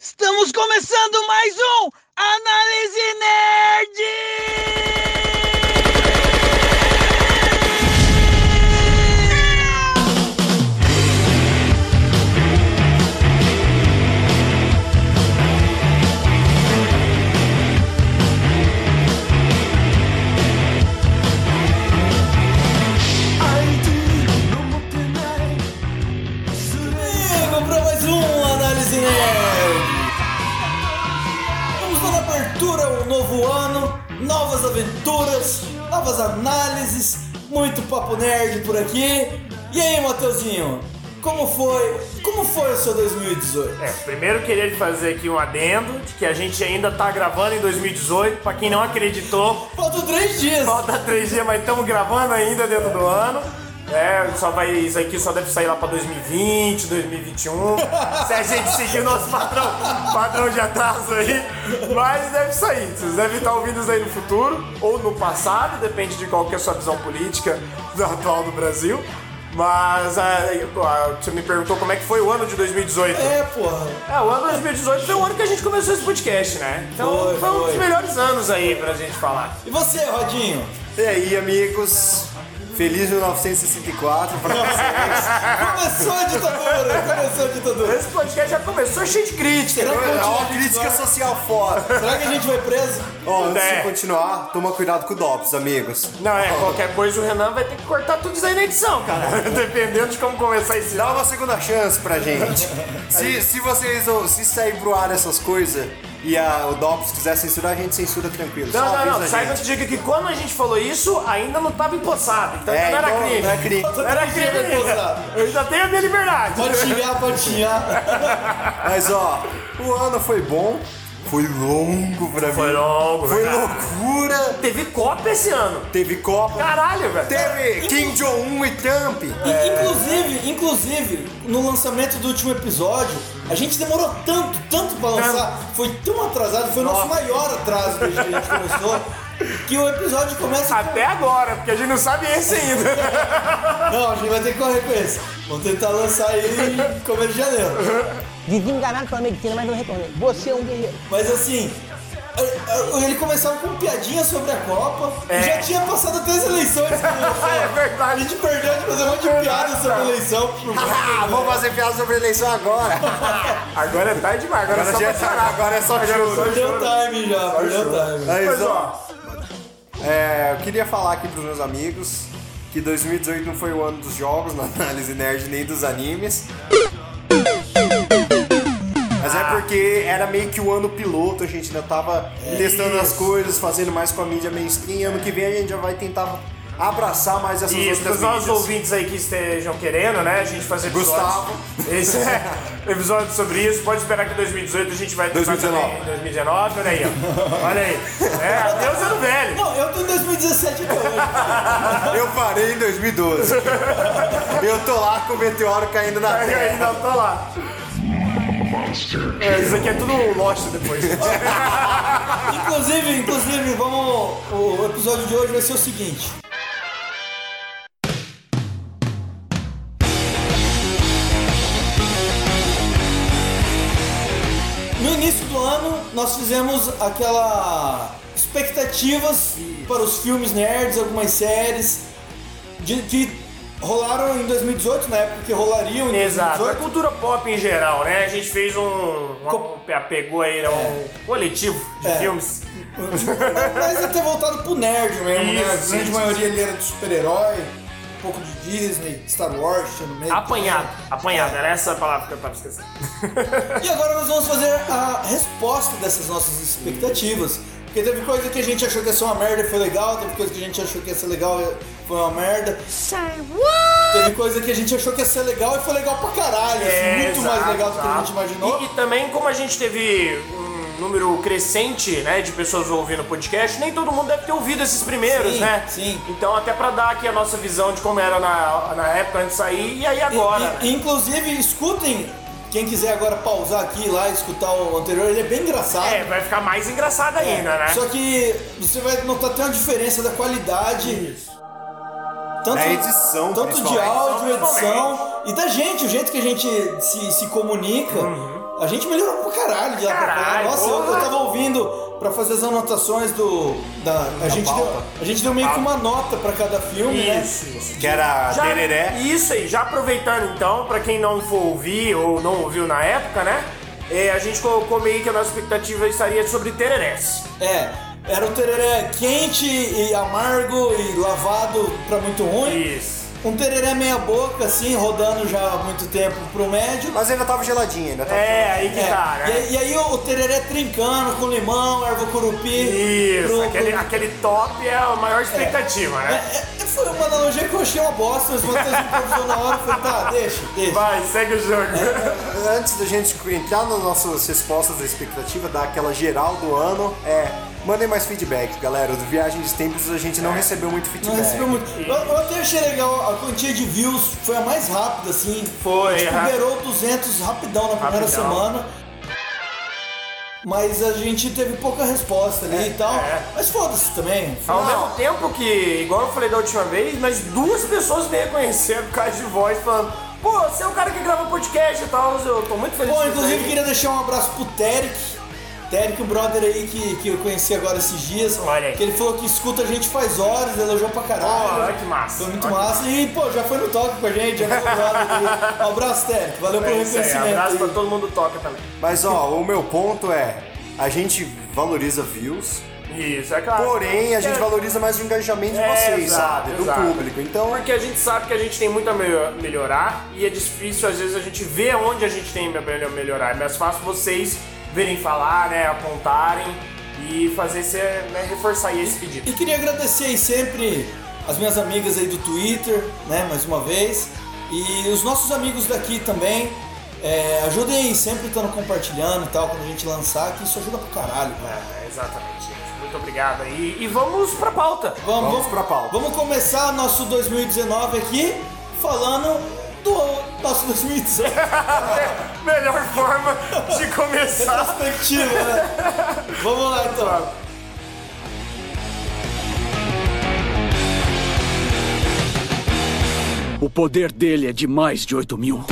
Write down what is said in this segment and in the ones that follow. Estamos começando mais um Análise Nerd! Comigo para mais um Análise Nerd! Vamos dar abertura ao novo ano, novas aventuras, novas análises, muito papo nerd por aqui. E aí, Matheusinho, como foi? Como foi o seu 2018? É, primeiro queria fazer aqui um adendo de que a gente ainda tá gravando em 2018. Pra quem não acreditou, Faltam três dias! falta 3 dias, mas estamos gravando ainda dentro do ano. É, só vai, isso aqui só deve sair lá pra 2020, 2021. Se a gente seguir o nosso padrão, padrão de atraso aí. Mas deve sair. Vocês devem estar ouvindo isso aí no futuro ou no passado, depende de qual que é a sua visão política atual do Brasil. Mas é, você me perguntou como é que foi o ano de 2018. É, porra! É, o ano 2018 foi o ano que a gente começou esse podcast, né? Então Foi, foi, um dos foi. melhores anos aí pra gente falar. E você, Rodinho? E aí, amigos? Feliz 1964 pra vocês. Começou a ditadura! Começou a ditadura! Esse podcast já começou cheio de crítica. Será que- né? Ó, crítica social fora. Será que a gente foi preso? Ó, antes É. de continuar, toma cuidado com o DOPS, amigos. Não, é, qualquer coisa o Renan vai ter que cortar tudo isso aí na edição, cara. Dependendo de como começar esse Dá ano. uma segunda chance pra gente. Se, se vocês ou- se sair pro ar essas coisas e a- o DOPS quiser censurar, a gente censura tranquilo. Não, Só não, avisa não. a Saiba gente. que diga que quando a gente falou isso, ainda não tava empossado. Então É, não era então, crime. não é crime. Não era crime ainda. Eu ainda tenho a minha liberdade. Pode xingar, pode xingar. Mas ó, o ano foi bom, foi longo pra mim. Foi longo, Foi verdade. loucura. Teve Copa esse ano. Teve Copa. Caralho, velho. Teve Kim Jong-un e Trump. E, É. Inclusive, inclusive, no lançamento do último episódio, a gente demorou tanto, tanto pra lançar, foi tão atrasado, foi o nosso maior atraso desde que a gente começou, que o episódio começa. Até agora, porque a gente não sabe esse ainda. Não, a gente vai ter que correr com esse. Vamos tentar lançar ele em começo de janeiro. Desenganado pela medicina, um mas não retornei. Você é um guerreiro. Mas assim. eh, eh, Ele começava com piadinha sobre a Copa e já tinha passado até as eleições. É A verdade. gente perdeu de fazer um monte de piada sobre a eleição. Ah, vou fazer piada sobre a eleição agora. Agora é tarde demais, agora, Agora, é já, só pra chorar. agora é só choro. Perdeu o time já, perdeu o time. Mas Mas ó, ó, é, eu queria falar aqui pros meus amigos que 2018 não foi o ano dos jogos, na análise nerd, nem dos animes. Mas é porque era meio que o ano piloto, a gente ainda tava testando as coisas, fazendo mais com a mídia mainstream. Ano que vem a gente já vai tentar abraçar mais essas isso, outras dos nossos mídias. ouvintes aí que estejam querendo, né? A gente fazer episódios- Gustavo. Esse é, episódio sobre isso. Pode esperar que em 2018 a gente vai 2019. também. 2019, olha aí, ó. Olha aí. É, até o ano velho. Não, eu tô em 2017 até hoje. Eu parei em 2012. eu tô lá com o meteoro caindo na Eu terra. ainda tô lá. É, isso aqui é tudo Lost depois. Inclusive, inclusive, vamos. O episódio de hoje vai ser o seguinte. No início do ano, nós fizemos aquela expectativas para os filmes nerds, algumas séries de- que rolaram em 2018, na época que rolariam em 2018. Exato. A cultura pop em geral, né? A gente fez um. um pegou aí, né, um coletivo de É. filmes. Mas é ter voltado pro nerd mesmo, né? A Isso, grande isso. maioria ali era de super-herói, um pouco de Disney, Star Wars, tinha no meio. Apanhado. Apanhado, era essa a palavra que eu tava esquecendo. E agora nós vamos fazer a resposta dessas nossas expectativas. Porque teve coisa que a gente achou que ia ser uma merda e foi legal, teve coisa que a gente achou que ia ser legal e foi uma merda. Teve coisa que a gente achou que ia ser legal e foi legal pra caralho, assim, muito mais É, exato, legal do que a exato. gente imaginou. E, e também, como a gente teve um número crescente, né, de pessoas ouvindo o podcast, nem todo mundo deve ter ouvido esses primeiros, Sim, né? sim. Então, até pra dar aqui a nossa visão de como era na, na época antes de sair e aí agora. né? E- e- inclusive, escutem, quem quiser agora pausar aqui lá e escutar o anterior, ele é bem engraçado. É, vai ficar mais engraçado ainda, né? É, Só que você vai notar até uma diferença da qualidade. Tanto, Da edição, tanto de principalmente. áudio, Principalmente. edição e da gente, o jeito que a gente se, se comunica. A gente melhorou pra caralho de lá pra cá. Uhum. Caralho, Nossa, eu, eu porra. tava ouvindo pra fazer as anotações do. Da, a, gente deu, pauta. a gente deu meio que uma nota pra cada filme, né? Que era Já- Tereré. Isso aí, já aproveitando então, pra quem não for ouvir ou não ouviu na época, né? É, a gente colocou meio que a nossa expectativa estaria sobre tererés. É, era o tereré quente e amargo e lavado pra muito ruim. Isso. Um tereré meia boca, assim, rodando já há muito tempo pro médio. Mas ainda tava geladinho, ainda tava É, aí que É, tá, e, né? aí- e aí o tereré trincando com limão, erva curupi. Isso, pro- aquele, pro- aquele top é a maior expectativa, É, né? é, foi uma analogia que eu achei uma bosta, mas vocês improvisou na hora, eu falei, tá, deixa, deixa. Vai, segue o É. jogo. Antes da gente entrar nas nossas respostas da expectativa, dar aquela geral do ano, é. Mandem mais feedback, galera. Do Viagem dos Tempos a gente não recebeu muito Não feedback. recebeu muito. Eu, eu até achei legal, a quantia de views foi a mais rápida, assim. Foi, Tipo, ra- beirou 200 rapidão na primeira Rapidão. semana. Mas a gente teve pouca resposta ali e tal. é. Mas foda-se também. Ao Não, mesmo tempo que, igual eu falei da última vez, mas duas pessoas me reconheceram por causa de voz, falando: pô, você é o cara que grava podcast e tal, eu tô muito feliz. Bom, com isso inclusive aí." queria deixar um abraço pro Terek. Terek, um brother aí que, que eu conheci agora esses dias. Olha aí. Que ele falou que escuta a gente faz horas, elogiou pra caralho. Pô, olha que massa. Foi muito Olha que massa. E, pô, já foi no toque com a gente, já foi no brother aí. Um abraço, Terek. Valeu pelo É isso aí, reconhecimento. abraço pra aí. todo mundo toca também. Mas ó, o meu ponto é. A gente valoriza views, Isso, é claro. porém a É, gente valoriza mais o engajamento de É, vocês, exato, sabe? Do exato. público. Então Porque a gente sabe que a gente tem muito a melho- melhorar e é difícil, às vezes, a gente ver onde a gente tem a melho- melhorar. É mais fácil vocês verem falar, né, apontarem e fazer esse, né, reforçar aí esse pedido. E queria agradecer aí sempre as minhas amigas aí do Twitter, né, mais uma vez. E os nossos amigos daqui também. É, ajudem aí sempre estando compartilhando e tal, quando a gente lançar, que isso ajuda pra caralho, cara. É, exatamente, gente. Muito obrigado aí. E vamos pra pauta. Vamos, Vamos pra pauta. Vamos começar nosso 2019 aqui falando do nosso 2019 Melhor forma de começar. retrospectivo, né? Vamos lá então. O poder dele é de mais de 8 mil.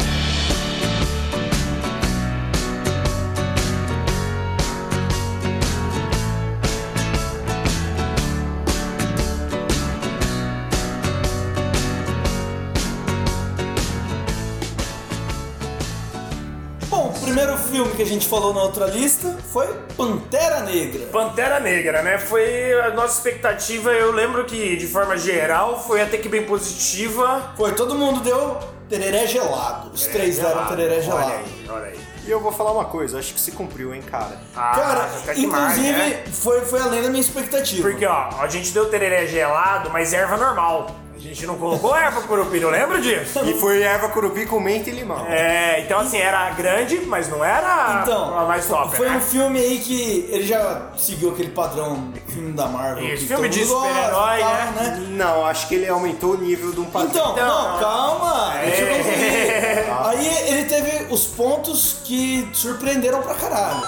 Bom, o primeiro filme que a gente falou na outra lista foi Pantera Negra. Pantera Negra, né? Foi a nossa expectativa. Eu lembro que, de forma geral, foi até que bem positiva. Foi, todo mundo deu tereré gelado. Os três deram tereré gelado. Olha aí, olha aí. E eu vou falar uma coisa, acho que se cumpriu, hein, cara. Ah, Cara, até que mais, inclusive, né? foi, foi além da minha expectativa. Porque, ó, a gente deu tereré gelado, mas erva normal. A gente não colocou erva curupi, não lembro disso. E foi erva curupi com menta e limão. É, então assim, era grande, mas não era Então, a ah, mais top, foi né? um filme aí que ele já seguiu aquele padrão filme da Marvel. Isso, que todo filme de mundo gosta, super-herói, tal, né? Não, acho que ele aumentou o nível de um padrão. Então, Então, não, não. calma. deixa eu É. concluir. Aí ele teve os pontos que surpreenderam pra caralho.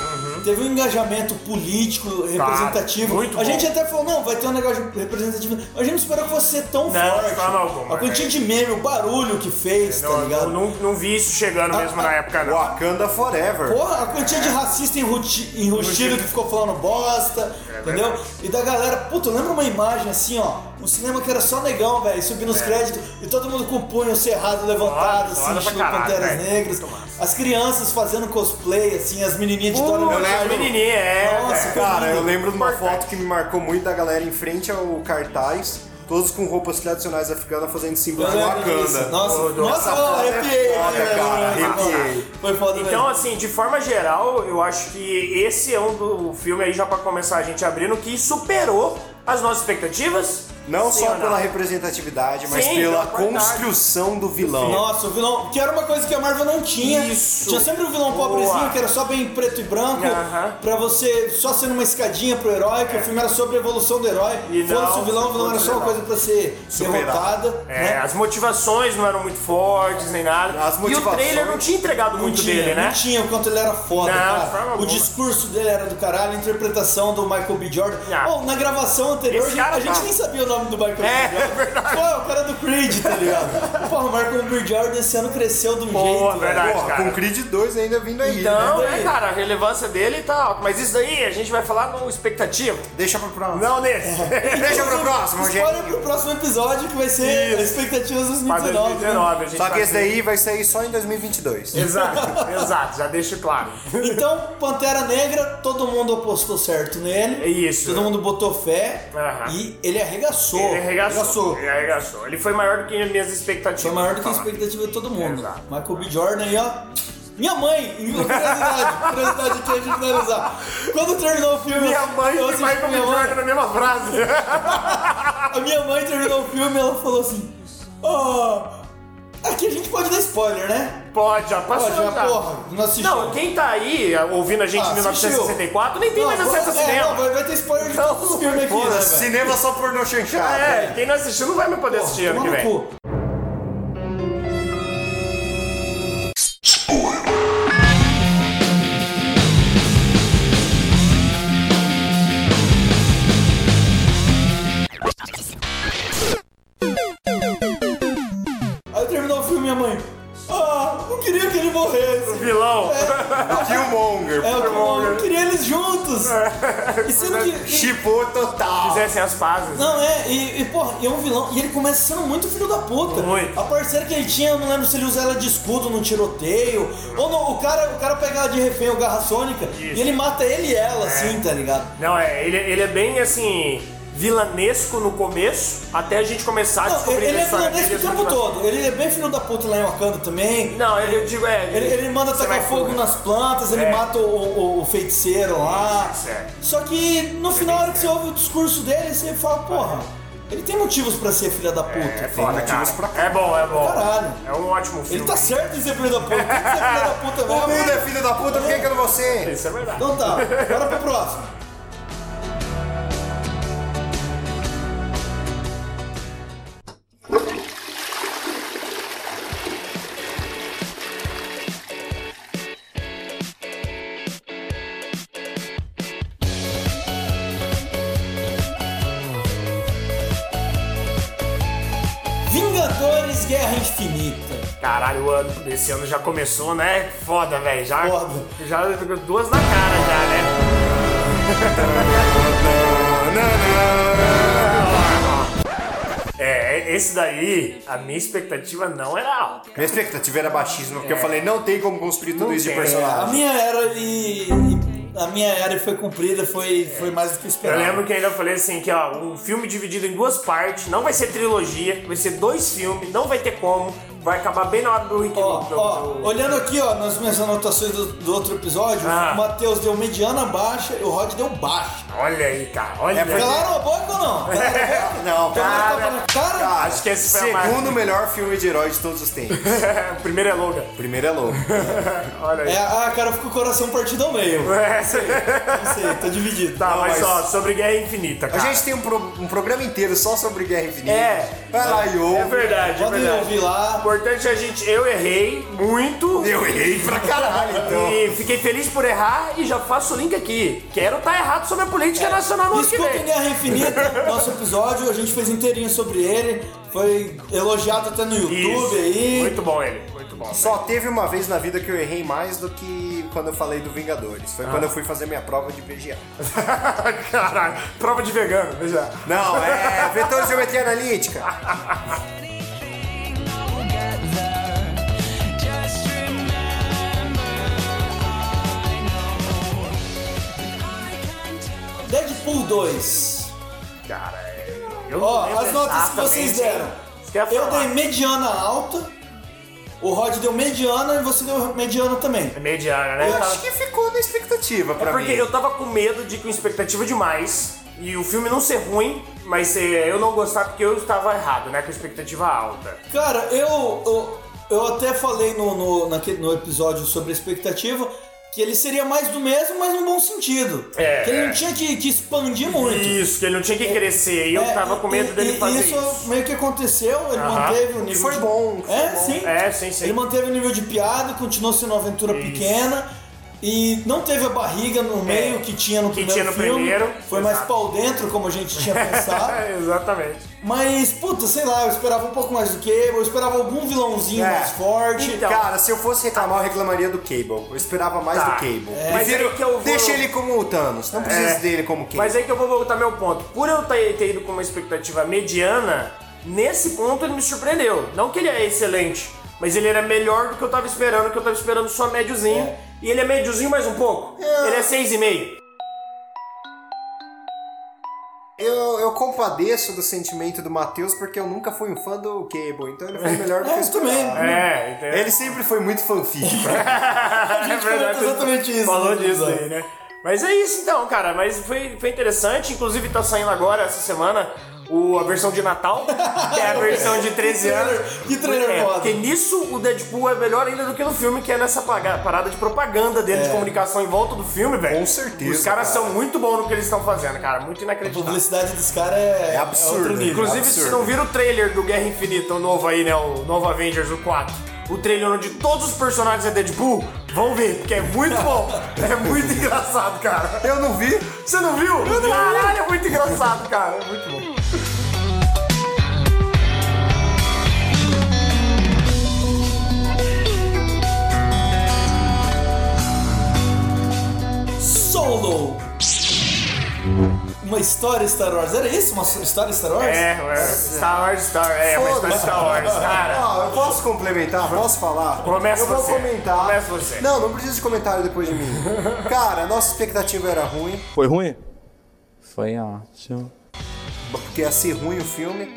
Teve um engajamento político, representativo. Uhum. muito a bom. gente até falou, não, vai ter um negócio representativo. A gente não esperou que fosse ser tão forte. de forma alguma, né? É, a quantia de meme, o barulho que fez, tá Não, ligado? não, não- não vi isso chegando mesmo Ah, na época, não. Wakanda Forever. Porra, a quantia de racista enruti- enrustido que ficou falando bosta, É entendeu? E da galera, puta, lembra uma imagem assim, ó, um cinema que era só negão, velho, subindo É. os créditos e todo mundo com o punho cerrado levantado, Foda, assim, foda estilo pra caralho, Panteras velho. Negras. Muito massa. As crianças fazendo cosplay, assim, as menininhas de Dora Uh, Milaje. as menininhas, é, Nossa, velho. Cara, eu lembro de uma Importante. foto que me marcou muito da galera em frente ao cartaz, todos com roupas tradicionais africanas fazendo símbolo Eu de lembro disso. Wakanda. Nossa, Ô, Dora, nossa, essa eu foto é arrepiei. foda, aqui, né? velho, cara, velho. arrepiei. Foi foda, Então, velho. assim, de forma geral, eu acho que esse é um do filme aí, já pra começar a gente abrindo, que superou as nossas expectativas. Não Sim só ou pela representatividade, mas Sim, é pela pela qualidade. construção do vilão. Nossa, o vilão. Que era uma coisa que a Marvel não tinha. Isso. Tinha sempre o vilão Boa. pobrezinho, que era só bem preto e branco. Aham. É. Pra você só ser uma escadinha pro herói, que o filme era sobre a evolução do herói. E Foda-se não, o vilão, o vilão era só uma coisa pra ser Superar. derrotada. É, né? as motivações não eram muito fortes nem nada. As E o motivações- trailer não tinha entregado Não muito tinha, dele, né? Não tinha o quanto ele era foda, Não, cara. de forma O alguma. discurso dele era do caralho, a interpretação do Michael B. Jordan. Ah. Bom, na gravação anterior, Esse cara a gente tá- nem sabia o nome do Michael É, B. Jordan. é verdade. Pô, é o cara do Creed, tá ligado? Porra, o Michael B. Jordan esse ano cresceu do Boa, jeito. é verdade, Porra, cara. com Creed 2 ainda vindo aí. Então, né? né, cara, a relevância dele tá alta. Mas isso daí a gente vai falar no expectativo. Deixa pra próxima. Não nesse. Deixa pro próximo, Spoiler gente. É. pro próximo episódio que vai ser Isso. expectativas dos Pra 2019. né? 2019, a gente Só que vai esse ver. daí vai sair só em 2022. Exato, exato, já deixo claro. Então, Pantera Negra, todo mundo apostou certo nele. É isso. Todo mundo botou fé. Aham. E ele arregaçou. Ele arregaçou. Ele arregaçou. Ele foi maior do que as minhas expectativas. Foi maior do que a Vou falar. expectativa de todo mundo. Exato. Michael B. Jordan aí, ó. Minha mãe, em curiosidade, curiosidade aqui a gente analisar. Quando terminou o filme. Minha mãe eu e assisti Michael com B. minha mãe. Jordan na mesma frase. A minha mãe terminou o filme e ela falou assim: Ó. aqui a gente pode dar spoiler, né? Pode, já passou. Pode, mas já. porra, não assistiu. Não, quem tá aí ouvindo a gente Ah, em 1964 nem tem mais Não, acesso a é, cinema. não, vai, vai ter spoiler de Não, todos os filmes aqui, né, Foda-se, velho? cinema só pornô chanchado. É, quem não assistiu não vai mais poder assistir ano Toma que no vem. cu. Aí terminou o filme, minha mãe. Ah, não queria que ele morresse. Vilão. Killmonger. É, eu não queria eles juntos. E sendo que. Chipô Tipo, total. Fizessem as pazes. Não, é, e, e porra, e é um vilão. E ele começa sendo muito filho da puta. Muito. A parceira que ele tinha, eu não lembro se ele usa ela de escudo no tiroteio. Ou não, o cara, o cara pega ela de refém, o Garra Sônica, Isso. É. e ele mata ele e ela, assim, tá ligado? Não, é, ele, ele é bem assim. Vilanesco no começo, até a gente começar a Não, descobrir ele, ele a é história vilanesco o dele, tempo Tá essa- todo. Ele é bem filho da puta lá em Wakanda também. Não, ele- eu digo, é. Ele, ele manda você tacar vai- fogo nas plantas, ele É. mata o, o- o feiticeiro lá. Certo. Só que no final, na hora que você ouve o discurso dele, você fala, porra, ele tem motivos pra ser filha da puta. É entendeu? foda, cara. É bom, é bom. Caralho. É um ótimo filme. Ele tá certo em ser filho da puta. Tem que ser filho da puta mesmo. O mundo é filho da puta, por que que eu não vou ser? Isso é verdade. Então tá, bora pro próximo. Vingadores Guerra Infinita. Caralho, o ano esse ano já começou, né? Foda, velho. Já, Foda. já duas na cara já, né? É, esse daí, a minha expectativa não era alta. Minha expectativa era baixíssima, porque eu falei, não tem como construir tudo Não isso de tem. A personagem. minha era e. e- A minha era foi cumprida, foi, foi mais do que Eu Então. esperado. lembro que ainda falei assim, que ó, um filme dividido em duas partes, não vai ser trilogia, vai ser dois filmes, não vai ter como, vai acabar bem na hora do Rick Ó, Luke, do- ó, do- olhando aqui, ó, nas minhas anotações do, do outro episódio, Ah. o Matheus deu mediana baixa e o Rod deu baixa. Olha aí, cara, olha É aí. porque- Calaram a boca ou não? Calaram a boca? Não, Tomaram cara. tapa na cara? cara, Acho que esse foi a mais- Segundo melhor filme de herói de todos os tempos. o primeiro é longa. Primeiro é louco. Olha aí. É, ah, cara, fica o coração partido ao meio. Não sei, tô dividido. É. Tá, Não, mas, mas- ó, sobre Guerra Infinita, A cara. gente tem um, pro- um programa inteiro só sobre Guerra Infinita. É. Vai lá, Yo. É verdade, é Podem verdade. ouvir O lá. importante é a gente... Eu errei muito. Eu errei pra caralho, então. E fiquei feliz por errar e já faço o link aqui. Quero estar errado sobre a É. política nacional no ano que Escutem vem. Guerra Infinita, nosso episódio, a gente fez inteirinho sobre ele. Foi elogiado até no YouTube Isso. aí. Muito bom ele, muito bom. Só teve uma vez na vida que eu errei mais do que quando eu falei do Vingadores. Foi quando eu fui fazer minha prova de VGA. Caralho, prova de vegano, veja. Não, é vetor de geometria analítica. Deadpool 2. Cara, é- eu não Ó, lembro as notas que vocês exatamente. deram. Isso que eu ia Eu falar. dei mediana alta, o Rod deu mediana e você deu mediana também. É mediana, né? Eu Tá- acho que ficou na expectativa pra É porque mim. eu tava com medo de com expectativa demais e o filme não ser ruim, mas eh, eu não gostar porque eu estava errado, né? Com expectativa alta. Cara, eu, eu, eu até falei no, no, naquele, no episódio sobre a expectativa que ele seria mais do mesmo, mas num bom sentido. É. Que ele não tinha que, que expandir muito. Isso, que ele não tinha que crescer e eu É, tava com medo e- dele e fazer isso. isso. meio que aconteceu, ele Aham. manteve o nível Foi de... bom, foi é, bom. Sim. um É, sim, sim. Ele manteve o nível de piada, continuou sendo uma aventura pequena. E E não teve a barriga no meio que tinha no É. que primeiro tinha no filme. primeiro, Foi mais exato. pau dentro, como a gente tinha pensado. Exatamente. Mas, puta, sei lá, eu esperava um pouco mais do que Eu esperava algum vilãozinho É. mais forte. Então, Cara, se eu fosse reclamar, eu reclamaria do Cable. Eu esperava mais Tá. do Cable. É. Mas Prefiro- é que eu vou- Deixa ele como o Thanos. Não precisa É. dele como Cable. Mas aí que eu vou voltar ao meu ponto. Por eu ter, ter ido com uma expectativa mediana, nesse ponto ele me surpreendeu. Não que ele é excelente, mas ele era melhor do que eu tava esperando, que eu tava esperando só médiozinho. E ele é médiozinho mais um pouco. Ele é 6,5. Eu, eu compadeço do sentimento do Matheus porque eu nunca fui um fã do Cable. Então ele foi melhor do que É, eu eu também. esperava. É, entendeu? Ele sempre foi muito fanfic pra mim. é verdade, exatamente isso, Falou né, disso Gonzalo? aí, né? Mas é isso então, cara. Mas foi, foi interessante. Inclusive, tá saindo agora, essa semana, o, a versão de Natal, que é a versão de 13 anos. Que trailer é, foda. Porque nisso o Deadpool é melhor ainda do que no filme, que é nessa paga- parada de propaganda dele, É. de comunicação em volta do filme, velho. Com certeza, Os caras cara. são muito bons no que eles estão fazendo, cara. Muito A inacreditável. publicidade desse cara é, É absurdo, outro né? nível. Inclusive, Absurdo. vocês não viram o trailer do Guerra Infinita, o novo aí, né? O novo Avengers, o 4. O trailer onde todos os personagens é Deadpool, vão ver, porque é muito bom. É muito engraçado, cara. Eu não vi. Você não viu? Caralho, é muito engraçado, cara. É muito bom. Solo! Uma história Star Wars. Era isso? Uma história Star Wars? É, ué, Star Wars, Star É, mas tá Foda-se. Star Wars, cara. Ah, eu posso complementar? Posso falar? Começa eu vou você. comentar. Começa você. Não, não precisa de comentário depois de mim. Cara, nossa expectativa era ruim, Foi ruim? Foi ótimo. porque ia ser ruim o filme.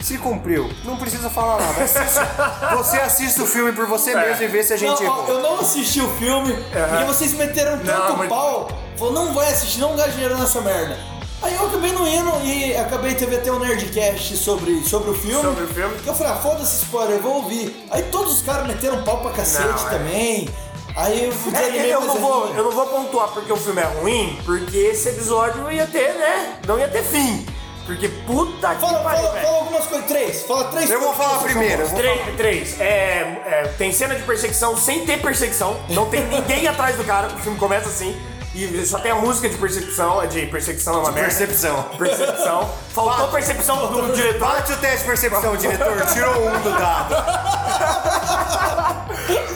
Se cumpriu, não precisa falar nada. Assiste- você assiste o filme por É. você mesmo e vê se a gente Não, ó, errou. eu não assisti o filme porque vocês meteram tanto mas- pau. Falou, não vai assistir, não gasta dinheiro nessa merda. Aí eu acabei não indo e acabei teve até um Nerdcast sobre, sobre o filme. Sobre o filme. Que eu falei, ah, foda-se spoiler, eu vou ouvir. Aí todos os caras meteram pau pra cacete Não, é. também. Aí eu fui É, eu, não vou, ainda. eu não vou pontuar porque o filme é ruim, porque esse episódio ia ter, né? Não ia ter fim. Porque puta Fala, que pariu, fala, velho. fala algumas coisas. Três. Fala três Eu vou coisas, falar por favor. primeiro. eu vou falar. Três, três. É, é, tem cena de perseguição sem ter perseguição. Não tem ninguém atrás do cara. O filme começa assim. E só tem a música de perseguição. é De perseguição é uma merda. Percepção. Percepção. Faltou percepção do diretor. Bate o teste de percepção, diretor. Tirou um do dado.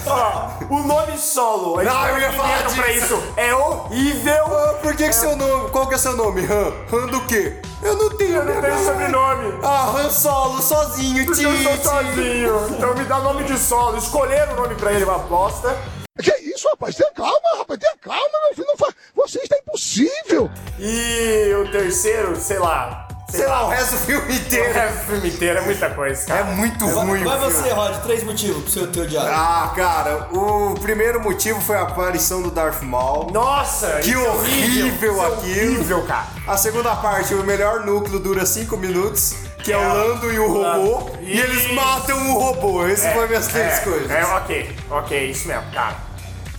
Ó, o nome solo. a gente Não, tá eu ia falar pedindo pra disso. isso. É horrível. Ah, Por que, que seu nome? Qual que é seu nome? Han? Han do quê? Eu não tenho, Eu não tenho nome. sobrenome. Ah, Han Solo, sozinho, Porque eu sou tio. sozinho. Então me dá nome de solo. Escolheram o nome pra ele, uma bosta. Que isso, rapaz? Tenha calma, rapaz. Tenha calma, meu filho. Não fa... Você está impossível. E o terceiro, sei lá. Sei lá, o resto do filme inteiro. É, o filme inteiro é muita coisa, cara. É muito Vai, ruim vai o filme. você, Rod, três motivos pro seu teu diário. Ah, cara, o primeiro motivo foi a aparição do Darth Maul. Nossa, Que isso é horrível, isso é aquilo. Horrível, cara. A segunda parte, o melhor núcleo dura 5 minutos, que é É. o Lando e o robô. Lando. E eles Isso. matam o robô. Esse foi minhas três é, coisas. É, ok, ok, isso mesmo, cara.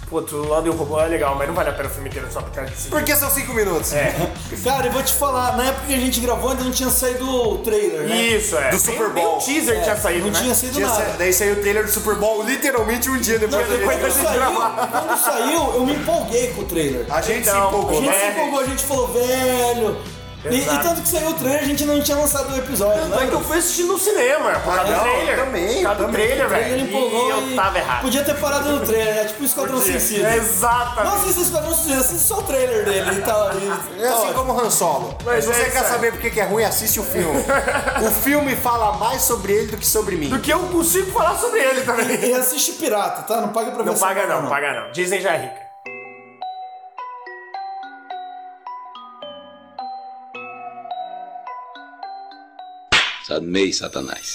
Putz, o Lando e o Robô é legal, mas não vale a pena o filme inteiro só por causa desse. Porque são 5 minutos. É. Cara, eu vou te falar, na época que a gente gravou ainda não tinha saído o trailer, né? Isso, é. Do Nem- Super Nem Bowl. o teaser É, tinha saído, Não né? tinha saído Tinha nada. sa- Daí saiu o trailer do Super Bowl literalmente um dia depois Não, da depois gente... quando, da gente saiu, gravar. quando saiu, eu me empolguei com o trailer. A gente Então, se A empolgou. gente né? se é. empolgou, a gente falou, velho. E, e Exato. tanto que saiu o trailer, a gente não tinha lançado o episódio. né? Tanto é que lembra? eu fui assistir no cinema, por causa Ah, do não, trailer. também, Por causa do também. trailer, Ele velho. é, E empolgou eu tava errado. Podia ter parado no trailer, é tipo o Esquadrão Suicida. Não Exatamente. assista o Esquadrão Suicida, assista só o trailer dele e tal. e- É assim ó, como Han Solo. Mas Se é você isso quer aí. saber por que que é ruim, assiste o filme. o filme fala mais sobre ele do que sobre mim. Do que eu consigo falar sobre ele também. E assiste pirata, tá? Não paga pra ver Não essa paga merda, não, paga não. Disney já é rica. Amei Satanás.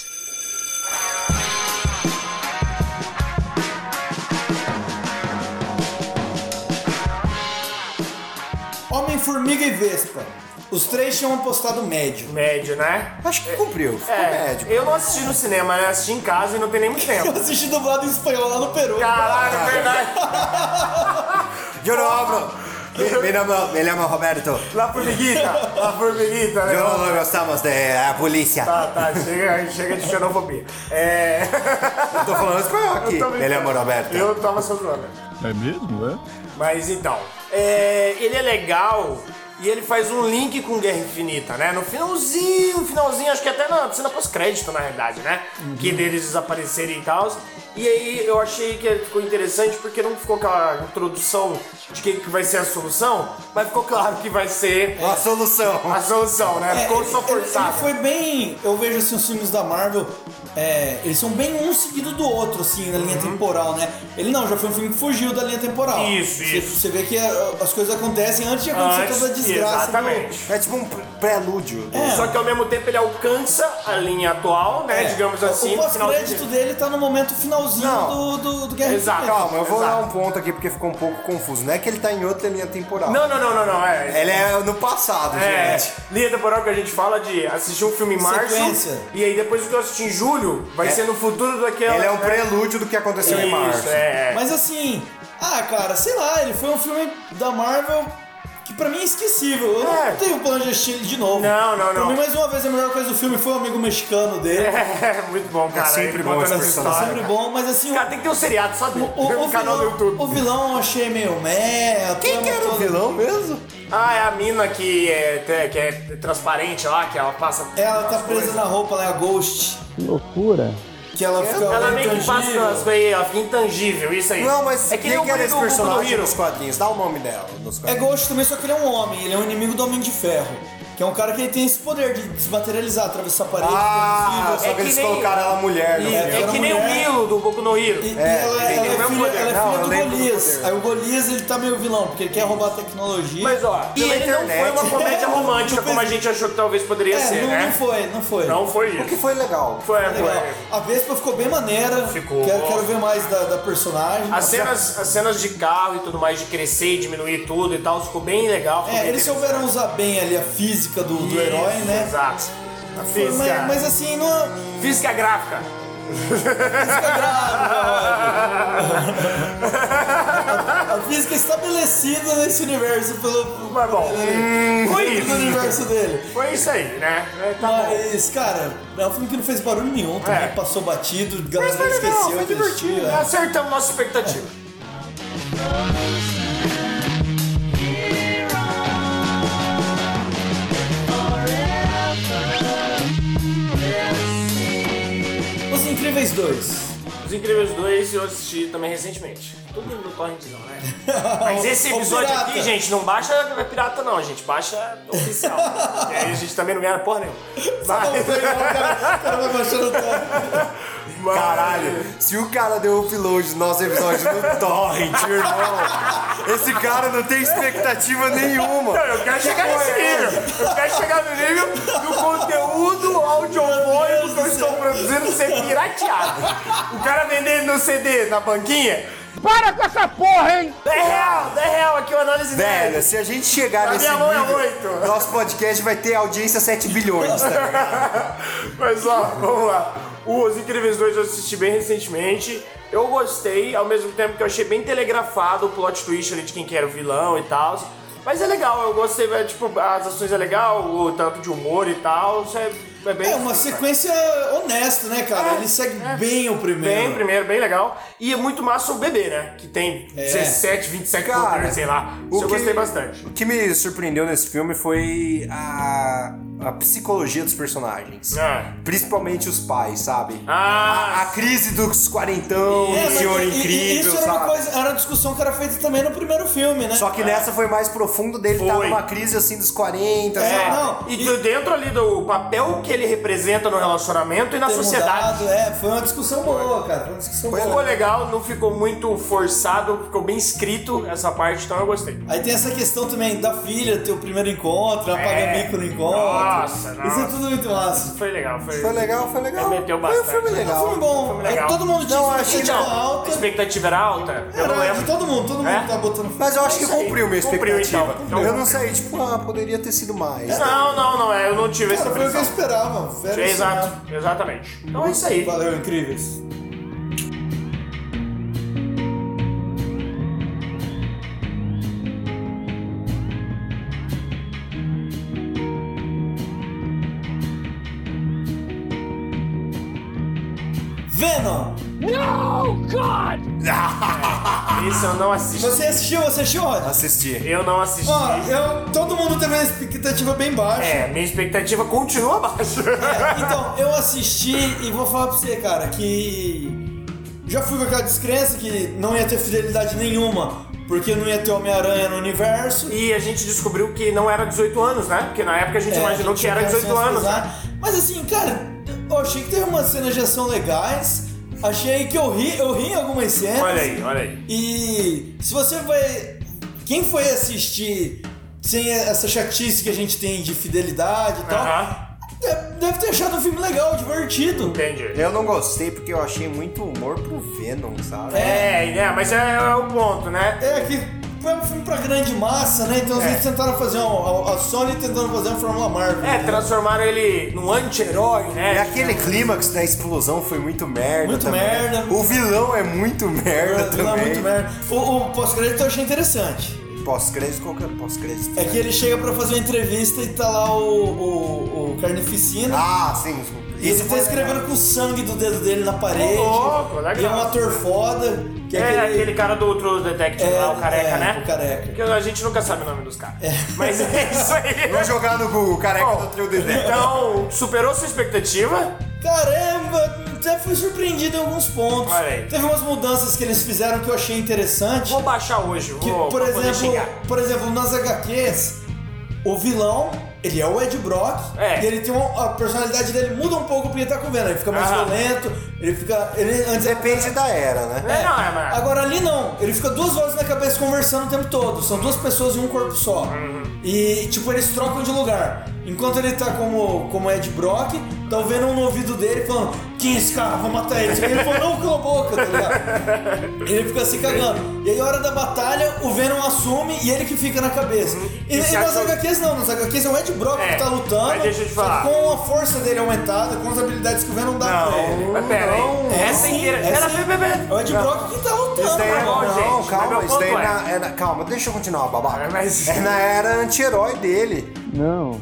Homem, Formiga e Vespa. Os três tinham apostado médio. Médio, né? Acho que cumpriu. Ficou É, médio. eu não assisti no cinema, né? Assisti em casa e não tem nem muito Eu tempo. é assisti dublado em espanhol lá no Peru. Caralho, verdade. Jorobro! Mi, mi nombre- me llamo Roberto. La formiguita, la formiguita, né? Yo no gostamos de la policía. Tá, tá, chega, chega de xenofobia. É. Eu tô falando espanhol Eu aqui. tô brincando. Ele é Roberto. Eu tava só zoando. É mesmo, é? Mas então, é, ele é legal e ele faz um link com Guerra Infinita, né? No finalzinho, finalzinho, acho que até na cena pós-crédito, na realidade, né? Uhum. Que deles desaparecerem e tal. E aí eu achei que ficou interessante porque não ficou aquela introdução de que, que vai ser a solução, mas ficou claro que vai ser A solução. a solução, É, né? Ficou só ele- ele- forçado. Ele foi bem. Eu vejo assim, os filmes da Marvel. é, eles são bem um seguido do outro, assim, na Uhum. linha temporal, né? Ele não, já foi um filme que fugiu da linha temporal. Isso, Você- isso. Você vê que é, as coisas acontecem antes de acontecer Antes, toda a desgraça. né? exatamente. É tipo um pr- prelúdio. É. Só que ao mesmo tempo ele alcança a linha atual, né? É, Digamos assim, O no pós-crédito dele tá no momento finalzinho Não. do, do, do Guerra Exato. Infinita. Calma, eu vou Exato. dar um ponto aqui porque ficou um pouco confuso. Não é que ele tá em outra linha temporal. Não, não, não, não, não. É, Ele é no passado, É, gente. linha temporal que a gente fala de assistir um filme em março Sequência. e aí depois o que eu assisti em julho vai ser no futuro daquela. Ele é um né? prelúdio do que aconteceu em Isso, março. é. Mas assim, ah, cara, sei lá, ele foi um filme da Marvel que pra mim é esquecível. Eu É. não tenho plano de assistir ele de novo. Não, não, Pra não. mim, mais uma vez, a melhor coisa do filme foi o amigo mexicano dele. É, muito bom, cara. sempre Ele bom contando esse essa personagem. história. Sempre bom, mas assim, o, Cara, tem que ter um seriado, sabe? o, o, um canal do vilão, YouTube. o vilão eu achei meio merda. Quem que era o vilão mesmo? Ah, é a mina que é, te- que é transparente lá, que ela passa. Ela tá presa na roupa, ela é a Ghost. Que loucura. Que ela fica. Ela meio que passa intangível. as coisas, ela fica intangível, isso aí. Não, mas é que nem quem o que era guri esse do- do personagem Hero. nos quadrinhos? Dá o nome dela nos É quadrinhos. Ghost também, só que ele é um homem, ele é um inimigo do Homem de Ferro. Que é um cara que ele tem esse poder de desmaterializar, atravessar a parede, Ah, ficar só É que que eles nem- colocaram ela mulher no É, filme. É que nem o mulher. Milo do Boku no Hero. invisível. E, e ela, ela ele tem é um o mesmo filha, poder. ela é Não, filha eu do lembro do Golias. poder. Aí o Golias ele tá meio vilão, porque ele quer roubar a tecnologia. Mas ó, e pela ele internet. não foi uma comédia romântica Não fez- como a gente achou que talvez poderia é, ser, não, né? não foi, não foi. Não foi O que isso. foi legal. É. Foi, foi. Legal. A Vespa ficou bem maneira. Ficou. Quero, quero ver mais da, da personagem. As cenas, as cenas de carro e tudo mais, de crescer e diminuir tudo e tal, ficou bem legal. ficou É, bem eles souberam usar bem ali a física do, do interessante. herói, Isso, né? Exato. A física. Mas, mas assim, não é Física gráfica. grave, A física é estabelecida nesse universo pelo. Mas bom, pelo- foi pelo isso. universo dele. Foi isso aí, né? É, tá bom. Mas, cara, é um filme que não fez barulho nenhum também. É. Passou batido, galera Mas foi esqueceu. legal, foi assistiu, divertido. né? é. Acertamos nossa expectativa. Os Incríveis 2. Os Incríveis 2 eu assisti também recentemente. Tudo no torrentzão, né? Mas esse Ô, episódio pirata. aqui, gente, não baixa pirata não, gente. Baixa oficial. e aí a gente também não ganha porra nenhuma. O cara vai baixando o tom. Mas- Caralho, se o cara deu upload do nosso episódio no Torrent, irmão, esse cara não tem expectativa nenhuma. Eu quero chegar nesse nível. Eu quero chegar no nível do conteúdo audiofônico que eu estou produzindo ser Tá pirateado. O cara vendendo no CD na banquinha. Para com essa porra, hein? 10 real, 10 real aqui o análise Velho, dele. se a gente chegar A nesse minha mão é nível, oito. nosso podcast vai ter audiência 7 bilhões, tá ligado? Mas ó, vamos lá. O Os Incríveis 2 eu assisti bem recentemente. Eu gostei, ao mesmo tempo que eu achei bem telegrafado o plot twist ali de quem que era o vilão e tal. Mas é legal, eu gostei, velho, tipo, as ações é legal, o tanto de humor e tal, isso é, é bem... É uma sequência honesta, né, cara? Ele segue bem o primeiro. Bem, primeiro, bem legal. E é muito massa o bebê, né? Que tem É. 17, 27 Cara, poderes, sei lá. o Isso eu que- gostei bastante. O que me surpreendeu nesse filme foi a, a psicologia dos personagens. É. Principalmente os pais, sabe? Ah, A, a crise dos quarentão, É, do mas Um senhor e- e- incrível, Isso era uma sabe? coisa, era uma discussão que era feita também no primeiro filme, né? Só que é nessa foi mais profundo dele Foi. estar numa crise assim dos 40, É, sabe? não, e, e- do- dentro ali do papel que ele representa no relacionamento e na Ter sociedade. mudado, é, foi uma discussão boa, cara. Foi uma discussão Ficou boa. legal, não ficou muito forçado, ficou bem escrito essa parte, então eu gostei. Aí tem essa questão também da filha ter o primeiro encontro, ela paga É. mico no encontro. Nossa, Isso é nossa. tudo muito massa. Foi legal, foi, Foi legal, foi legal. Meteu foi um bastante. né? filme É um legal. filme bom. filme legal. É, todo mundo tinha Não, acho que expectativa Não, alta. a expectativa era alta? Eu não Era, lembro. todo mundo, todo mundo É? tá botando Mas eu acho que Isso aí. cumpriu minha Cumpriu, expectativa. então. Então eu cumpriu. não saí, tipo, ah, poderia ter sido mais. Não, não, não, é, eu não tive essa Cara, foi o que eu impressão. esperava. Velho, assim, Exato, exatamente. Então é isso aí. Valeu, incríveis. Venom. Isso eu não assisti. Você assistiu? Você assistiu, Rod? Assistir. Eu não assisti. Ó, eu, todo mundo teve uma expectativa bem baixa. É, minha expectativa continua baixa. É, então, eu assisti e vou falar pra você, cara, que já fui com aquela descrença que não ia ter fidelidade nenhuma, porque não ia ter Homem-Aranha no universo. E a gente descobriu que não era 18 anos, né? Porque na época a gente É, imaginou a gente que era não quer 18 anos. né? sensualizar. Mas assim, cara, eu achei que teve umas cenas de ação legais. Achei que eu ri, eu ri em algumas cenas. Olha aí, olha aí. E se você vai. Quem foi assistir sem essa chatice que a gente tem de fidelidade e tal, Aham, de- deve ter achado um filme legal, divertido. entendi. Eu não gostei porque eu achei muito humor pro Venom, sabe? É, é, mas é, é o ponto, né? É que foi um filme pra grande massa, né? Então É. eles tentaram fazer um, a, a Sony tentando fazer uma Fórmula Marvel. É, né? transformaram ele num anti-herói, né? E É aquele clímax da explosão foi muito merda Muito também. merda. O vilão é muito merda Não, também. não é muito merda. O, o pós-crédito eu achei interessante. Pós-crédito, qual que é o pós-crédito? É que ele chega pra fazer uma entrevista e tá lá o, o, o Carnificina. Ah, sim. e ele tá foi- escrevendo com o sangue do dedo dele na parede. Ô, louco, legal. E é um ator foda. Que É, é, aquele... cara do outro detective lá, o careca, é, né? O careca. Porque a gente nunca sabe o nome dos caras. Mas é isso aí. Vou jogar no Google, careca Bom, do trio Dedé. Então, superou sua expectativa? Caramba, até fui surpreendido em alguns pontos. Olha aí. Teve umas mudanças que eles fizeram que eu achei interessante. Vou baixar hoje, Que, vou por, pra poder exemplo, xingar. por exemplo, nas HQs, o vilão, ele é o Ed Brock, É. e ele tem uma, a personalidade dele muda um pouco porque ele tá com Venom, ele fica mais Aham. violento, ele fica. Ele, antes era- Depende da era, né? É, não, é, mas... Agora ali não, ele fica duas vozes na cabeça conversando o tempo todo. São duas pessoas e um corpo só. Uhum. E tipo, eles trocam de lugar. Enquanto ele tá como, como Ed Brock, tá ouvindo um no ouvido dele falando, quem é esse cara? Vou matar ele. Ele falou, não, cala a boca, tá ligado? Ele fica se cagando. E aí, hora da batalha, o Venom assume e ele que fica na cabeça. E, Uhum. E e se nas achou- HQs não, nas HQs é o Ed Brock É, que tá lutando. mas deixa eu te só que falar. Com a força dele aumentada, com as habilidades que o Venom dá pra ele. Não, mas pera aí. Essa sim, inteira... é Pera, sim. pera, pera, pera. É o Ed Brock que tá lutando, Isso daí é mano. bom, Não, gente. Mas calma, meu isso daí ponto é é- na, é na- Calma, deixa eu continuar, É, babaca. mas- É na era anti-herói dele. Não.